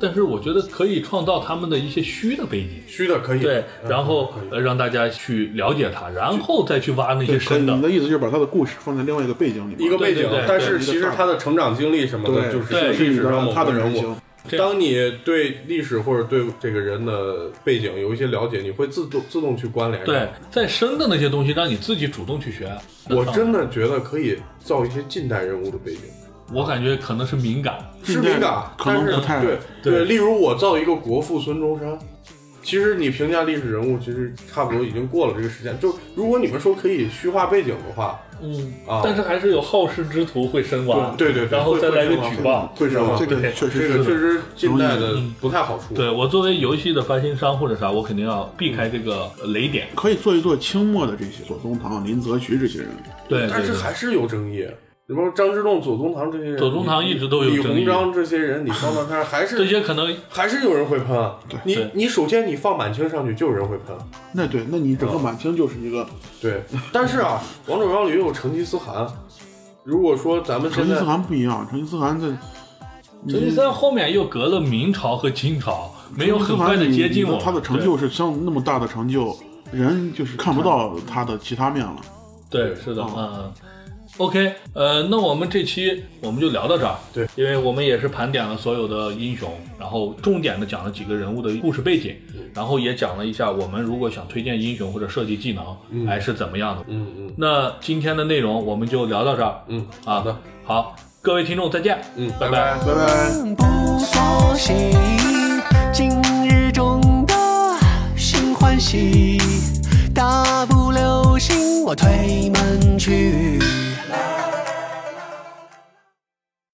但是我觉得可以创造他们的一些虚的背景。
虚的可以，
对，
嗯
然后
可以
呃让大家去了解他，然后再去挖那些
可以
深的
你。的意思就是把他的故事放在另外一个背景里面，
一个背景
对对对，
但是其实他的成长经历什么的，
对，
就是
对
历
是
史上
的
某
他的
个
人
人
形
物。。
这样
当你对历史或者对这个人的背景有一些了解，你会自动自动去关联。
对，，再深的那些东西，让你自己主动去学。
我真的觉得可以造一些近代人物的背景，
我感觉可能是敏感，
是敏感，
可能
但
不
是
太
对
对
例如我造一个国父孙中山，其实你评价历史人物，其实差不多已经过了这个时间。就如果你们说可以虚化背景的话，
嗯
啊
但是还是有好事之徒会深挖，
对对对
然后再来一个举报。
会什么
这？个
对
确实
这
是
个确实近代的
嗯
不太好处。
对我作为游戏的发行商或者啥，我肯定要避开这个雷点。
可以做一做清末的这些左宗棠、林则徐这些人，
对，
但是
对对
还是有争议。比如说张之洞、左宗棠这些人，
左宗棠一直都有
李
争议
鸿章这些人，你放到那儿还
这
是
些可能
还是有人会喷啊。你
对
你首先你放满清上去就有人会喷，
那对，那你整个满清就是一个
对。但是啊，王者荣耀里又有成吉思汗。如果说咱们
成
现
吉
在
思汗不一样，成吉思汗在
成吉思汗后面又隔了明朝和清朝，没有很快的接近我们。
他的成就是像那么大的成就，人就是看不到他的其他面了。
对，对
啊
是的，嗯。OK，呃，那我们这期我们就聊到这儿。
对，
因为我们也是盘点了所有的英雄，然后重点的讲了几个人物的故事背景，
嗯
然后也讲了一下我们如果想推荐英雄或者设计技能，哎是怎么样的。
嗯嗯
那今天的内容我们就聊到这儿。
嗯，
好的，好，各位听众再见。
嗯，
拜
拜
拜
拜拜。
不缩写，今日中的新欢喜，大步流星，我推门去。